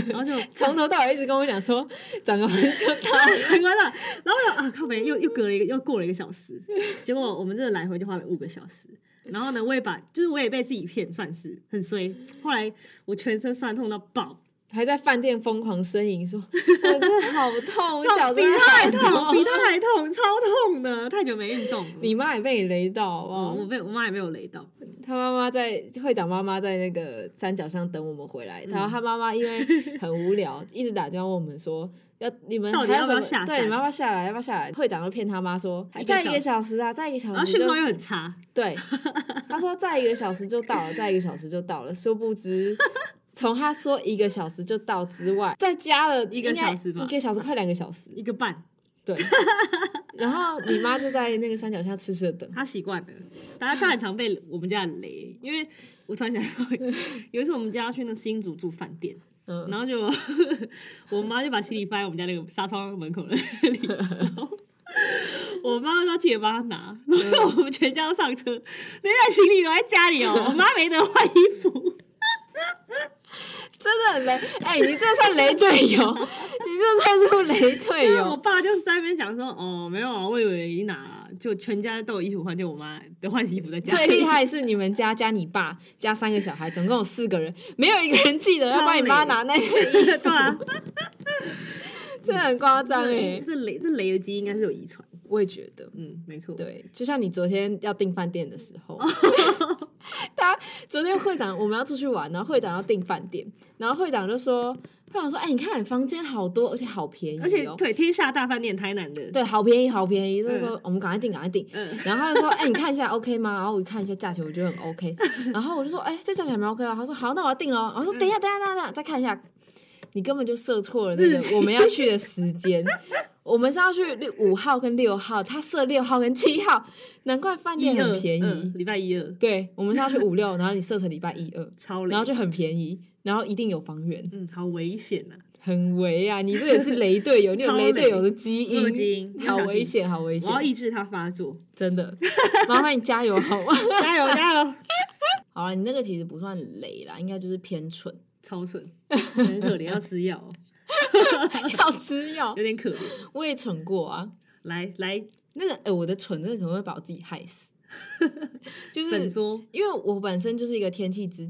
Speaker 2: 然后就
Speaker 1: 从头到尾一直跟我讲说转个弯就到。 *laughs*
Speaker 2: 啊转弯了，然后我就啊靠北，又又隔了一个又过了一个小时，结果我们这来回就花了五个小时。然后呢，我也把就是我也被自己骗，算是很衰。后来我全身酸痛到爆，
Speaker 1: 还在饭店疯狂呻吟
Speaker 2: *laughs*
Speaker 1: 说：“我真的好痛，我脚
Speaker 2: 比
Speaker 1: 真的
Speaker 2: 他还
Speaker 1: 好
Speaker 2: 痛，比他还痛，超痛的，太久没运动了。
Speaker 1: 你妈也被你雷到，好不好？
Speaker 2: 哦，我被我妈也没有雷到，
Speaker 1: 他妈妈在会长妈妈在那个山脚上等我们回
Speaker 2: 嗯
Speaker 1: 来，然后他妈妈因为很无聊，一直打电话问我们说。要你们
Speaker 2: 到底
Speaker 1: 还有什
Speaker 2: 要不要
Speaker 1: 么？
Speaker 2: 下山
Speaker 1: 对，你们要不要下来？要不要下来？会长就骗他妈说，
Speaker 2: 一个
Speaker 1: 再一
Speaker 2: 小
Speaker 1: 个小时啊，再一个小
Speaker 2: 然后
Speaker 1: 时
Speaker 2: 讯
Speaker 1: 就
Speaker 2: 号又
Speaker 1: 是
Speaker 2: 很差， *laughs*
Speaker 1: 对。他说再一个小时就到了，再一个小时就到了。殊不知，从他说一个小时就到之
Speaker 2: *laughs*
Speaker 1: 外，再加了
Speaker 2: 一个
Speaker 1: 应该
Speaker 2: 小时吧
Speaker 1: 一个小时快两个小时。
Speaker 2: 一个半， *laughs*
Speaker 1: 对，然后你妈就在那个山脚下痴痴的等。
Speaker 2: 她习惯了。大家她很常被我们家的雷，因为我突然想到，有一次我们家要去那新竹住饭店，
Speaker 1: 嗯，
Speaker 2: 然后就 *laughs* 我妈就把行李放在我们家那个纱窗门口的那里，然后我妈说记得帮她拿，然后我们全家都上车，那袋行李留在家里哦，我妈没得换衣服，
Speaker 1: 真的很雷，哎、你这算雷队
Speaker 2: *laughs*
Speaker 1: 友，你这算是雷队
Speaker 2: 因为我
Speaker 1: 友。
Speaker 2: 爸就在那边讲说哦没有啊，我以为你拿了，就全家都有衣服换，就我妈的换洗衣服在家
Speaker 1: 最
Speaker 2: 里
Speaker 1: 厉，害的是你们家加你爸加三个小孩，总共有四个人，没有一个人记得要帮你妈拿那个，
Speaker 2: *laughs* 对啊，
Speaker 1: 真的很夸张
Speaker 2: 这
Speaker 1: 哎。
Speaker 2: 这雷这雷的基因应该是有遗传，
Speaker 1: 我也觉得，
Speaker 2: 嗯，没错，
Speaker 1: 对，就像你昨天要订饭店的时
Speaker 2: *laughs*
Speaker 1: 候，他昨天会长我们要出去玩，然后会长要订饭店，然后会长就说，会长说，哎、你看房间好多，而且好便宜、哦，
Speaker 2: 而且对天下大饭店台南的，
Speaker 1: 对，好便宜，好便宜。就是
Speaker 2: 嗯
Speaker 1: 说，我们赶快订，赶快订。
Speaker 2: 嗯
Speaker 1: 然后他就说：“哎、你看一下 OK 吗？”然后我看一下价钱，我觉得很 OK。然后我就说：“哎、这价钱还蛮 OK 啊。”他说：“好，那我要订了。”我说：“等一下，等一下，等一下，再看一下。”你根本就设错了那
Speaker 2: 日期
Speaker 1: 个我们要去的时间。我们是要去六五号跟六号，他设六号跟七号，难怪饭店
Speaker 2: 一二
Speaker 1: 很便宜。
Speaker 2: 嗯礼拜一二
Speaker 1: 对，我们是要去五六，然后你设成礼拜一二，
Speaker 2: 超雷，
Speaker 1: 然后就很便宜，然后一定有房源，
Speaker 2: 嗯好危险呐、
Speaker 1: 很围啊！你这也是雷队友，你有
Speaker 2: 超
Speaker 1: 雷队
Speaker 2: 雷
Speaker 1: 友的基
Speaker 2: 我有
Speaker 1: 因，
Speaker 2: 基因要
Speaker 1: 嗯好
Speaker 2: 小
Speaker 1: 危
Speaker 2: 心
Speaker 1: 险，好危险！
Speaker 2: 我要抑制它发作，
Speaker 1: 真的，麻烦你加油好吗？
Speaker 2: 加油加油！
Speaker 1: 好了，你那个其实不算雷啦，应该就是偏
Speaker 2: *laughs*
Speaker 1: 蠢，
Speaker 2: 超蠢，
Speaker 1: *laughs*
Speaker 2: 很可怜，要吃药哦，
Speaker 1: 要吃药
Speaker 2: 有。点可怜。
Speaker 1: *laughs* 我也蠢过啊，
Speaker 2: 来来，
Speaker 1: 那个哎、我的蠢真的可能会把我自己害
Speaker 2: *laughs*
Speaker 1: 死，就
Speaker 2: 怎
Speaker 1: 是
Speaker 2: 说
Speaker 1: 因为我本身就是一个天气之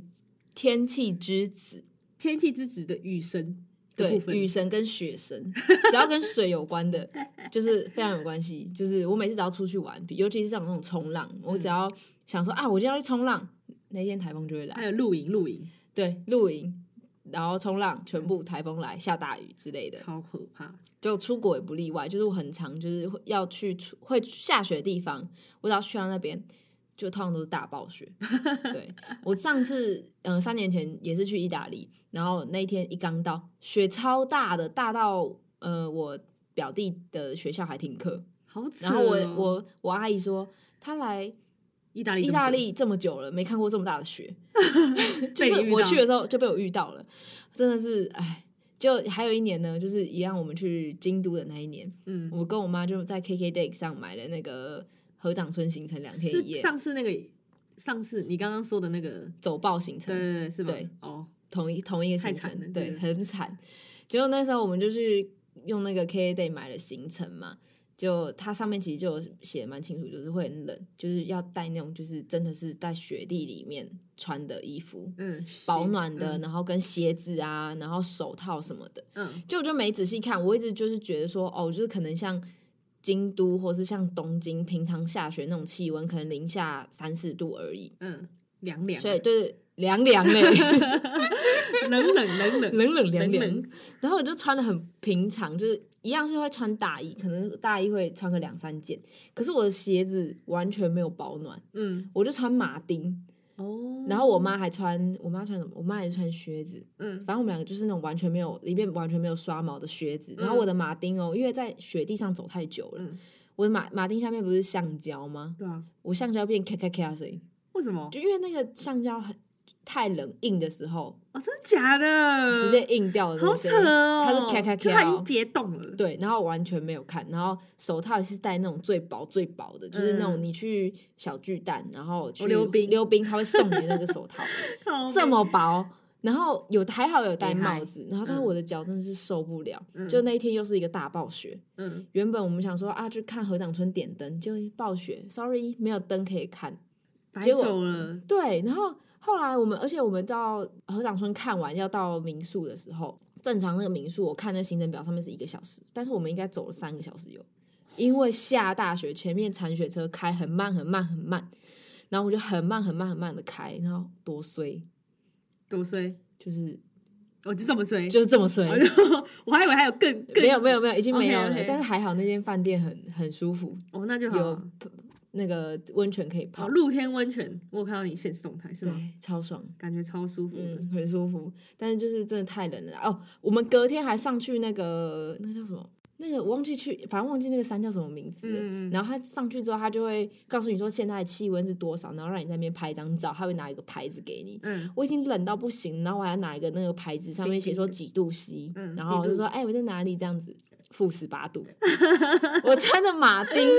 Speaker 1: 天气之子，
Speaker 2: 天气之子的雨神的部
Speaker 1: 对，
Speaker 2: 分，
Speaker 1: 雨神跟雪神，只要跟水有关的，就是非常有关系。就是我每次只要出去玩，比尤其是像那种冲浪，我
Speaker 2: 嗯
Speaker 1: 只要想说啊，我今天要去冲浪，那天台风就会来
Speaker 2: 还。有露营露营，
Speaker 1: 对，露营，然后冲浪，全部台风来下大雨之类的，
Speaker 2: 超可怕。
Speaker 1: 就出国也不例外。就是我很常就是会要去出会下雪的地方，我只要去到那边，就通常都是大暴雪。对我上次嗯、呃三年前也是去意大利，然后那一天一刚到，雪超大的，大到呃我表弟的学校还停课，
Speaker 2: 好扯、哦！
Speaker 1: 然后我我我阿姨说她来。
Speaker 2: 意大利
Speaker 1: 意
Speaker 2: 这么
Speaker 1: 大
Speaker 2: 久
Speaker 1: 利这么久了，没看过这么大的
Speaker 2: *laughs*
Speaker 1: 雪，就
Speaker 2: 被你
Speaker 1: 是
Speaker 2: 遇到
Speaker 1: 我去的时候就被我遇到了，真的是哎。就还有一年呢，就是一样，我们去京都的那一年，
Speaker 2: 嗯，
Speaker 1: 我跟我妈就在 KK Day 上买了那个合掌村行程两天一
Speaker 2: 是
Speaker 1: 夜
Speaker 2: 上次那个上次你刚刚说的那个，
Speaker 1: 走报行
Speaker 2: 对
Speaker 1: 程，
Speaker 2: 对对，是吧？
Speaker 1: 对
Speaker 2: 哦，
Speaker 1: 同一同一个行
Speaker 2: 太惨了
Speaker 1: 程，
Speaker 2: 对
Speaker 1: 对，很惨。结果那时候我们就去用那个 KK Day 买了行程嘛，就它上面其实就有写得蛮清楚，就是会很冷，就是要带那种就是真的是在雪地里面穿的衣服，
Speaker 2: 嗯，
Speaker 1: 保暖的，
Speaker 2: 嗯
Speaker 1: 然后跟鞋子啊，然后手套什么的。
Speaker 2: 嗯
Speaker 1: 就我就没仔细看，我一直就是觉得说，哦，就是可能像京都或是像东京，平常下雪那种气温，可能零下三四度而已，
Speaker 2: 嗯，凉凉的，
Speaker 1: 所以就是凉凉 *laughs* 嘞，
Speaker 2: 冷冷冷
Speaker 1: 冷
Speaker 2: 冷
Speaker 1: 冷凉凉
Speaker 2: 冷冷。，
Speaker 1: 然后我就穿的很平常，就是一样是会穿大衣，可能大衣会穿个两三件，可是我的鞋子完全没有保暖，
Speaker 2: 嗯
Speaker 1: 我就穿马丁，
Speaker 2: 哦，
Speaker 1: 然后我妈还穿，我妈穿什么？我妈还是穿靴子。
Speaker 2: 嗯
Speaker 1: 反正我们两个就是那种完全没有里面完全没有刷毛的靴子，然后我的马丁哦，因为在雪地上走太久了，
Speaker 2: 嗯，
Speaker 1: 我的马马丁下面不是橡胶吗？
Speaker 2: 对啊，
Speaker 1: 我橡胶变咔咔咔的声音，
Speaker 2: 为什么？
Speaker 1: 就因为那个橡胶很太冷硬的时候，
Speaker 2: 哦，真的假的？
Speaker 1: 直接硬掉的那
Speaker 2: 嗯好
Speaker 1: 个
Speaker 2: 扯
Speaker 1: 声音，
Speaker 2: 哦！
Speaker 1: 它是咔咔
Speaker 2: 就它已
Speaker 1: 咔
Speaker 2: 经
Speaker 1: 哦。
Speaker 2: 解冻了。
Speaker 1: 对，然后我完全没有看，然后手套也是戴那种最薄最薄的，就是那种
Speaker 2: 嗯
Speaker 1: 你去小巨蛋，然后去
Speaker 2: 溜冰
Speaker 1: 溜冰，他会送你的那个手
Speaker 2: *laughs*
Speaker 1: 套，
Speaker 2: 靠北
Speaker 1: 这么薄，然后有还好有戴
Speaker 2: 厉害
Speaker 1: 帽子，然后但是
Speaker 2: 嗯
Speaker 1: 我的脚真的是受不了，
Speaker 2: 嗯
Speaker 1: 就那一天又是一个大暴雪。
Speaker 2: 嗯，
Speaker 1: 原本我们想说啊，去看合掌村点灯，就暴雪，sorry，没有灯可以看。
Speaker 2: 白
Speaker 1: 结果
Speaker 2: 走了。
Speaker 1: 对，然后后来我们，而且我们到合掌村看完要到民宿的时候，正常那个民宿我看那行程表上面是一个小时，但是我们应该走了三个小时有，因为下大雪，前面铲雪车开很慢很慢很慢，然后我就很慢很慢很慢的开，然后多衰，
Speaker 2: 多衰，
Speaker 1: 就是
Speaker 2: 我就这么衰。
Speaker 1: 就是这么衰。
Speaker 2: 哎呦 *laughs* 我还以为还有更更
Speaker 1: 没有没有没有，已经没有了。
Speaker 2: OK，OK
Speaker 1: 但是还好那间饭店很很舒服，
Speaker 2: 哦，那就好
Speaker 1: 有
Speaker 2: 啊。
Speaker 1: 那个温泉可以泡
Speaker 2: 好，，露天温泉，我有看到你现实动态是吗？
Speaker 1: 对，超爽，
Speaker 2: 感觉超舒服的。
Speaker 1: 嗯，很舒服。但是就是真的太冷了啦哦。我们隔天还上去那个那叫什么？那个我忘记去，反正忘记那个山叫什么名字了。
Speaker 2: 嗯
Speaker 1: 然后他上去之后，他就会告诉你说现在的气温是多少，然后让你在那边拍一张照，他会拿一个牌子给你。
Speaker 2: 嗯，
Speaker 1: 我已经冷到不行，然后我还要拿一个那个牌子，上面写说几度 C，、
Speaker 2: 嗯
Speaker 1: 然后我
Speaker 2: 几度
Speaker 1: 就说哎、我在哪里这样子，负十八
Speaker 2: *laughs*
Speaker 1: 度，我穿着马丁，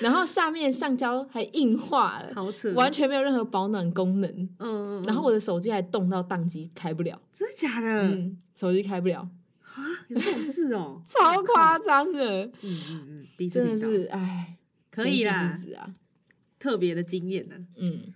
Speaker 1: 然后下面橡胶还硬化了，
Speaker 2: 好扯，哦
Speaker 1: 完全没有任何保暖功能，
Speaker 2: 嗯，嗯，嗯
Speaker 1: 然后我的手机还冻到宕机开不了，
Speaker 2: 真的假的
Speaker 1: 嗯，手机开不了，，
Speaker 2: 啊？有这种事哦
Speaker 1: 超夸张的，
Speaker 2: 嗯嗯嗯，第一次
Speaker 1: 真的
Speaker 2: 听到，
Speaker 1: 是哎，
Speaker 2: 可以
Speaker 1: 啦
Speaker 2: 啦，，
Speaker 1: 啊，
Speaker 2: 特别的经验呢。
Speaker 1: 嗯，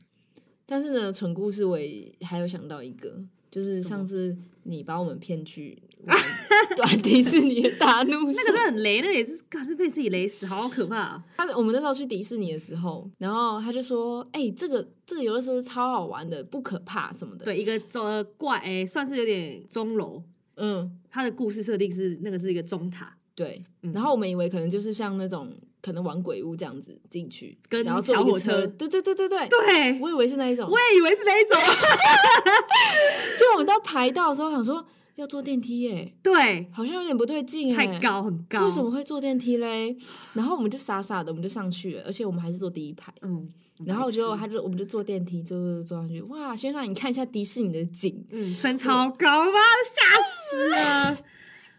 Speaker 1: 但是呢，蠢故事我也还有想到一个，就是上次你把我们骗去玩 *laughs* 短迪士尼的大怒
Speaker 2: 那个真
Speaker 1: 神。
Speaker 2: 的很雷，那个也是，可是被自己雷死，好可怕啊！
Speaker 1: 他我们那时候去迪士尼的时候，然后他就说：“哎、这个这个游乐设施超好玩的，不可怕什么的。”，
Speaker 2: 对，一个中呃怪，哎，算是有点钟楼，
Speaker 1: 嗯，
Speaker 2: 它的故事设定是那个是一个钟塔，
Speaker 1: 对。
Speaker 2: 嗯
Speaker 1: 然后我们以为可能就是像那种可能玩鬼屋这样子进去，
Speaker 2: 跟
Speaker 1: 然后坐一
Speaker 2: 小
Speaker 1: 个
Speaker 2: 火车
Speaker 1: 对对对对对。
Speaker 2: 对，
Speaker 1: 我以为是那一种，
Speaker 2: 我也以为是
Speaker 1: *laughs*
Speaker 2: 那一种，
Speaker 1: 就我们到排到的时候想说要坐电梯耶，
Speaker 2: 对，
Speaker 1: 好像有点不对劲耶，
Speaker 2: 太高很高，
Speaker 1: 嗯为什么？会坐电梯嘞？然后我们就傻傻的，我们就上去了，而且我们还是坐第一排。
Speaker 2: 嗯，
Speaker 1: 然后就
Speaker 2: 白
Speaker 1: 他
Speaker 2: 痴
Speaker 1: 就我们就坐电梯，坐坐坐上去，哇！先让你看一下迪士尼的景，
Speaker 2: 嗯身超高，妈吓死
Speaker 1: *laughs*
Speaker 2: 了。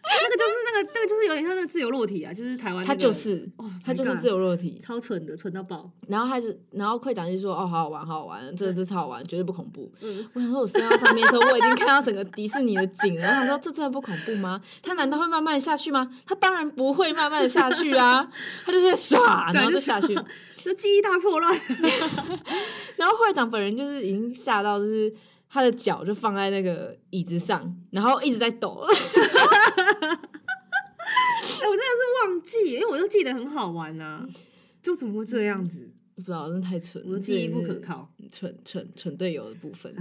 Speaker 2: 那个就是那个那个就是有点像那个自由落体啊，就是台湾那个、
Speaker 1: 他就是
Speaker 2: 哦
Speaker 1: 他就是
Speaker 2: my God
Speaker 1: 自由落体。
Speaker 2: 超蠢的，蠢到爆。
Speaker 1: 然后他是，然后会长就说：“哦，好好玩，好好玩，这这超好玩，绝对不恐怖。”
Speaker 2: 嗯
Speaker 1: 我想说，我升到上面的时候，我已经看到整个迪士尼的景了。然后我想说，这真的不恐怖吗？他难道会慢慢地下去吗？他当然不会慢慢的下去啊，他就是唰，然后就下去。
Speaker 2: 就记忆大错乱， *laughs*
Speaker 1: 然后会长本人就是已经吓到，就是他的脚就放在那个椅子上，然后一直在抖。 *laughs*
Speaker 2: 哎、我真的是忘记，因为我就记得很好玩啊，就怎么会这样子？
Speaker 1: 不知道，真的太蠢，
Speaker 2: 我的记忆不可，靠，
Speaker 1: 蠢蠢蠢队友的部分。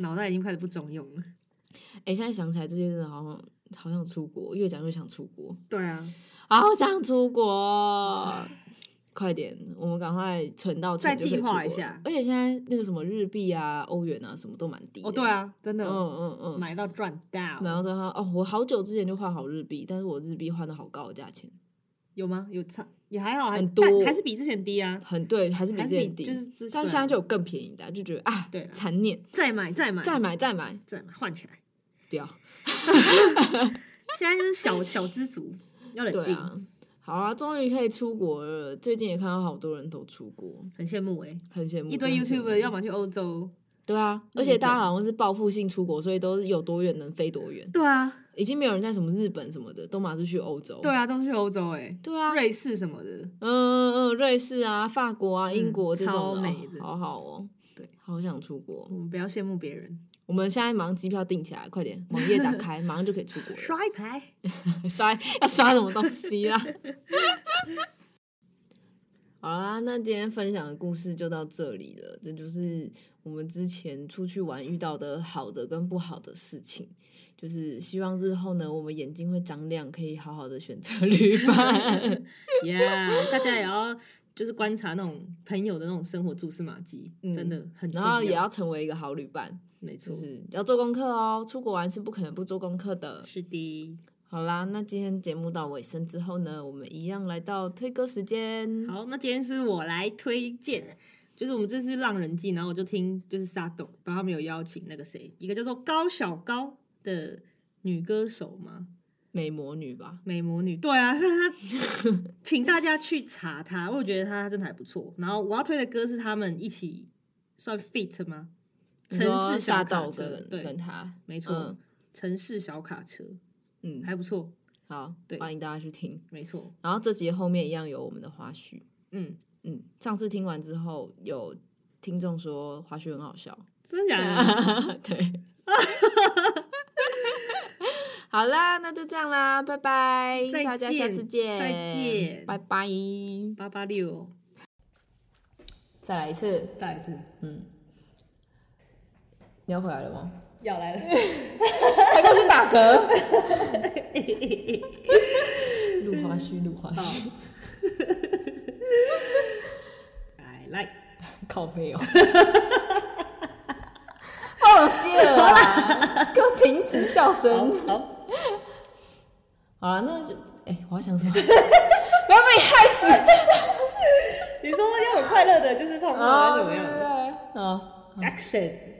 Speaker 2: 脑袋已经开始不中用了。
Speaker 1: 哎、现在想起来这些真的好像好想出国，越讲越想出国，
Speaker 2: 对啊，
Speaker 1: 好想出国。快点，我们赶快存到钱
Speaker 2: 再
Speaker 1: 就可以
Speaker 2: 计划
Speaker 1: 出国
Speaker 2: 一下
Speaker 1: 了而且现在那个什么日币啊、欧元啊，什么都蛮低的。
Speaker 2: 哦对，啊，真的、
Speaker 1: 嗯嗯嗯。
Speaker 2: 买到赚到，
Speaker 1: 然后说他哦，我好久之前就换好日币，但是我日币换的好高的价钱，
Speaker 2: 有吗？有差也还好，还
Speaker 1: 很多
Speaker 2: 但还是比之前低啊，
Speaker 1: 很对，还是比
Speaker 2: 还
Speaker 1: 之
Speaker 2: 是
Speaker 1: 前低。
Speaker 2: 比就是之
Speaker 1: 但
Speaker 2: 对啊
Speaker 1: 现在就有更便宜的啊、就觉得啊，
Speaker 2: 对啊
Speaker 1: 残念，
Speaker 2: 再买再买
Speaker 1: 再买再买，
Speaker 2: 再买换起来。
Speaker 1: 不要，
Speaker 2: 现在就
Speaker 1: *laughs*
Speaker 2: 是小小知足，要冷
Speaker 1: 对
Speaker 2: 静，
Speaker 1: 啊，好啊，终于可以出国了。最近也看到好多人都出国，
Speaker 2: 很羡慕哎、
Speaker 1: 很羡慕
Speaker 2: 一堆
Speaker 1: 真的很羡
Speaker 2: YouTube
Speaker 1: 慕
Speaker 2: 要么去欧洲，
Speaker 1: 对啊，而且大家好像是报复性出国，所以都是有多远能飞多远，
Speaker 2: 对啊，
Speaker 1: 已经没有人在什么日本什么的，都马是去欧洲。
Speaker 2: 对啊，都是去欧洲哎、
Speaker 1: 对啊，
Speaker 2: 瑞士什么的，
Speaker 1: 嗯嗯嗯，瑞士啊、法国啊、英国这种的哦
Speaker 2: 嗯超美的
Speaker 1: 好好哦。
Speaker 2: 对，
Speaker 1: 好想出国
Speaker 2: 我。们不要羡慕别人，
Speaker 1: 我们现在马上机票订起来，快点，网页打
Speaker 2: *laughs*
Speaker 1: 开，马上就可以出国了。
Speaker 2: 刷一排。
Speaker 1: 刷要刷什么东西啦？ *laughs* 好啦，那今天分享的故事就到这里了。这就是我们之前出去玩遇到的好的跟不好的事情。就是希望日后呢，我们眼睛会张亮，可以好好的选择旅伴。
Speaker 2: Yeah，大家也要就是观察那种朋友的那种生活蛛丝马迹，
Speaker 1: 嗯
Speaker 2: 真的很重
Speaker 1: 然后也要成为一个好旅伴，
Speaker 2: 没错
Speaker 1: 就，是要做功课哦。出国玩是不可能不做功课的。
Speaker 2: 是的。
Speaker 1: 好啦，那今天节目到尾声之后呢，我们一样来到推歌时间。
Speaker 2: 好，那今天是我来推荐，就是我们这次去浪人记，然后我就听就是沙董，然后他们有邀请那个谁，一个叫做高小高的女歌手嘛，
Speaker 1: 美魔女吧，
Speaker 2: 美魔女，对啊， *laughs* 她请大家去查她，我觉得她真的还不错。然后我要推的歌是他们一起算 fit 吗？
Speaker 1: 你
Speaker 2: 城
Speaker 1: 说
Speaker 2: 市
Speaker 1: 吓
Speaker 2: 小卡
Speaker 1: 到
Speaker 2: 车
Speaker 1: 的，
Speaker 2: 对
Speaker 1: 跟，他，
Speaker 2: 没错，
Speaker 1: 嗯
Speaker 2: 城市小卡车
Speaker 1: 嗯，
Speaker 2: 还不错，
Speaker 1: 好，
Speaker 2: 对
Speaker 1: 欢迎大家去听。
Speaker 2: 没错，
Speaker 1: 然后这集后面一样有我们的花絮，
Speaker 2: 嗯，
Speaker 1: 嗯，上次听完之后有听众说花絮很好笑，
Speaker 2: 真的假
Speaker 1: *laughs*
Speaker 2: 的？
Speaker 1: 对。好啦，那就这样啦，拜拜，
Speaker 2: 再见
Speaker 1: 大家下次见，
Speaker 2: 再见
Speaker 1: 拜拜，
Speaker 2: 八八六，
Speaker 1: 再来一次，
Speaker 2: 再来一次，
Speaker 1: 你要回来了吗？
Speaker 2: *laughs* 要来了，
Speaker 1: 还过去打
Speaker 2: *laughs*
Speaker 1: 嗝，录花絮，录花絮，
Speaker 2: 来来。
Speaker 1: 靠背 *laughs* 哦， *laughs* 好恶心啊！给我停止笑声。
Speaker 2: 好。
Speaker 1: 好了，那就哎、我要想什么？ *laughs* 不要被你害 *laughs* 死！
Speaker 2: 你说要很快乐的，就是泡沫还是怎么样
Speaker 1: 对对对对啊
Speaker 2: ？Action！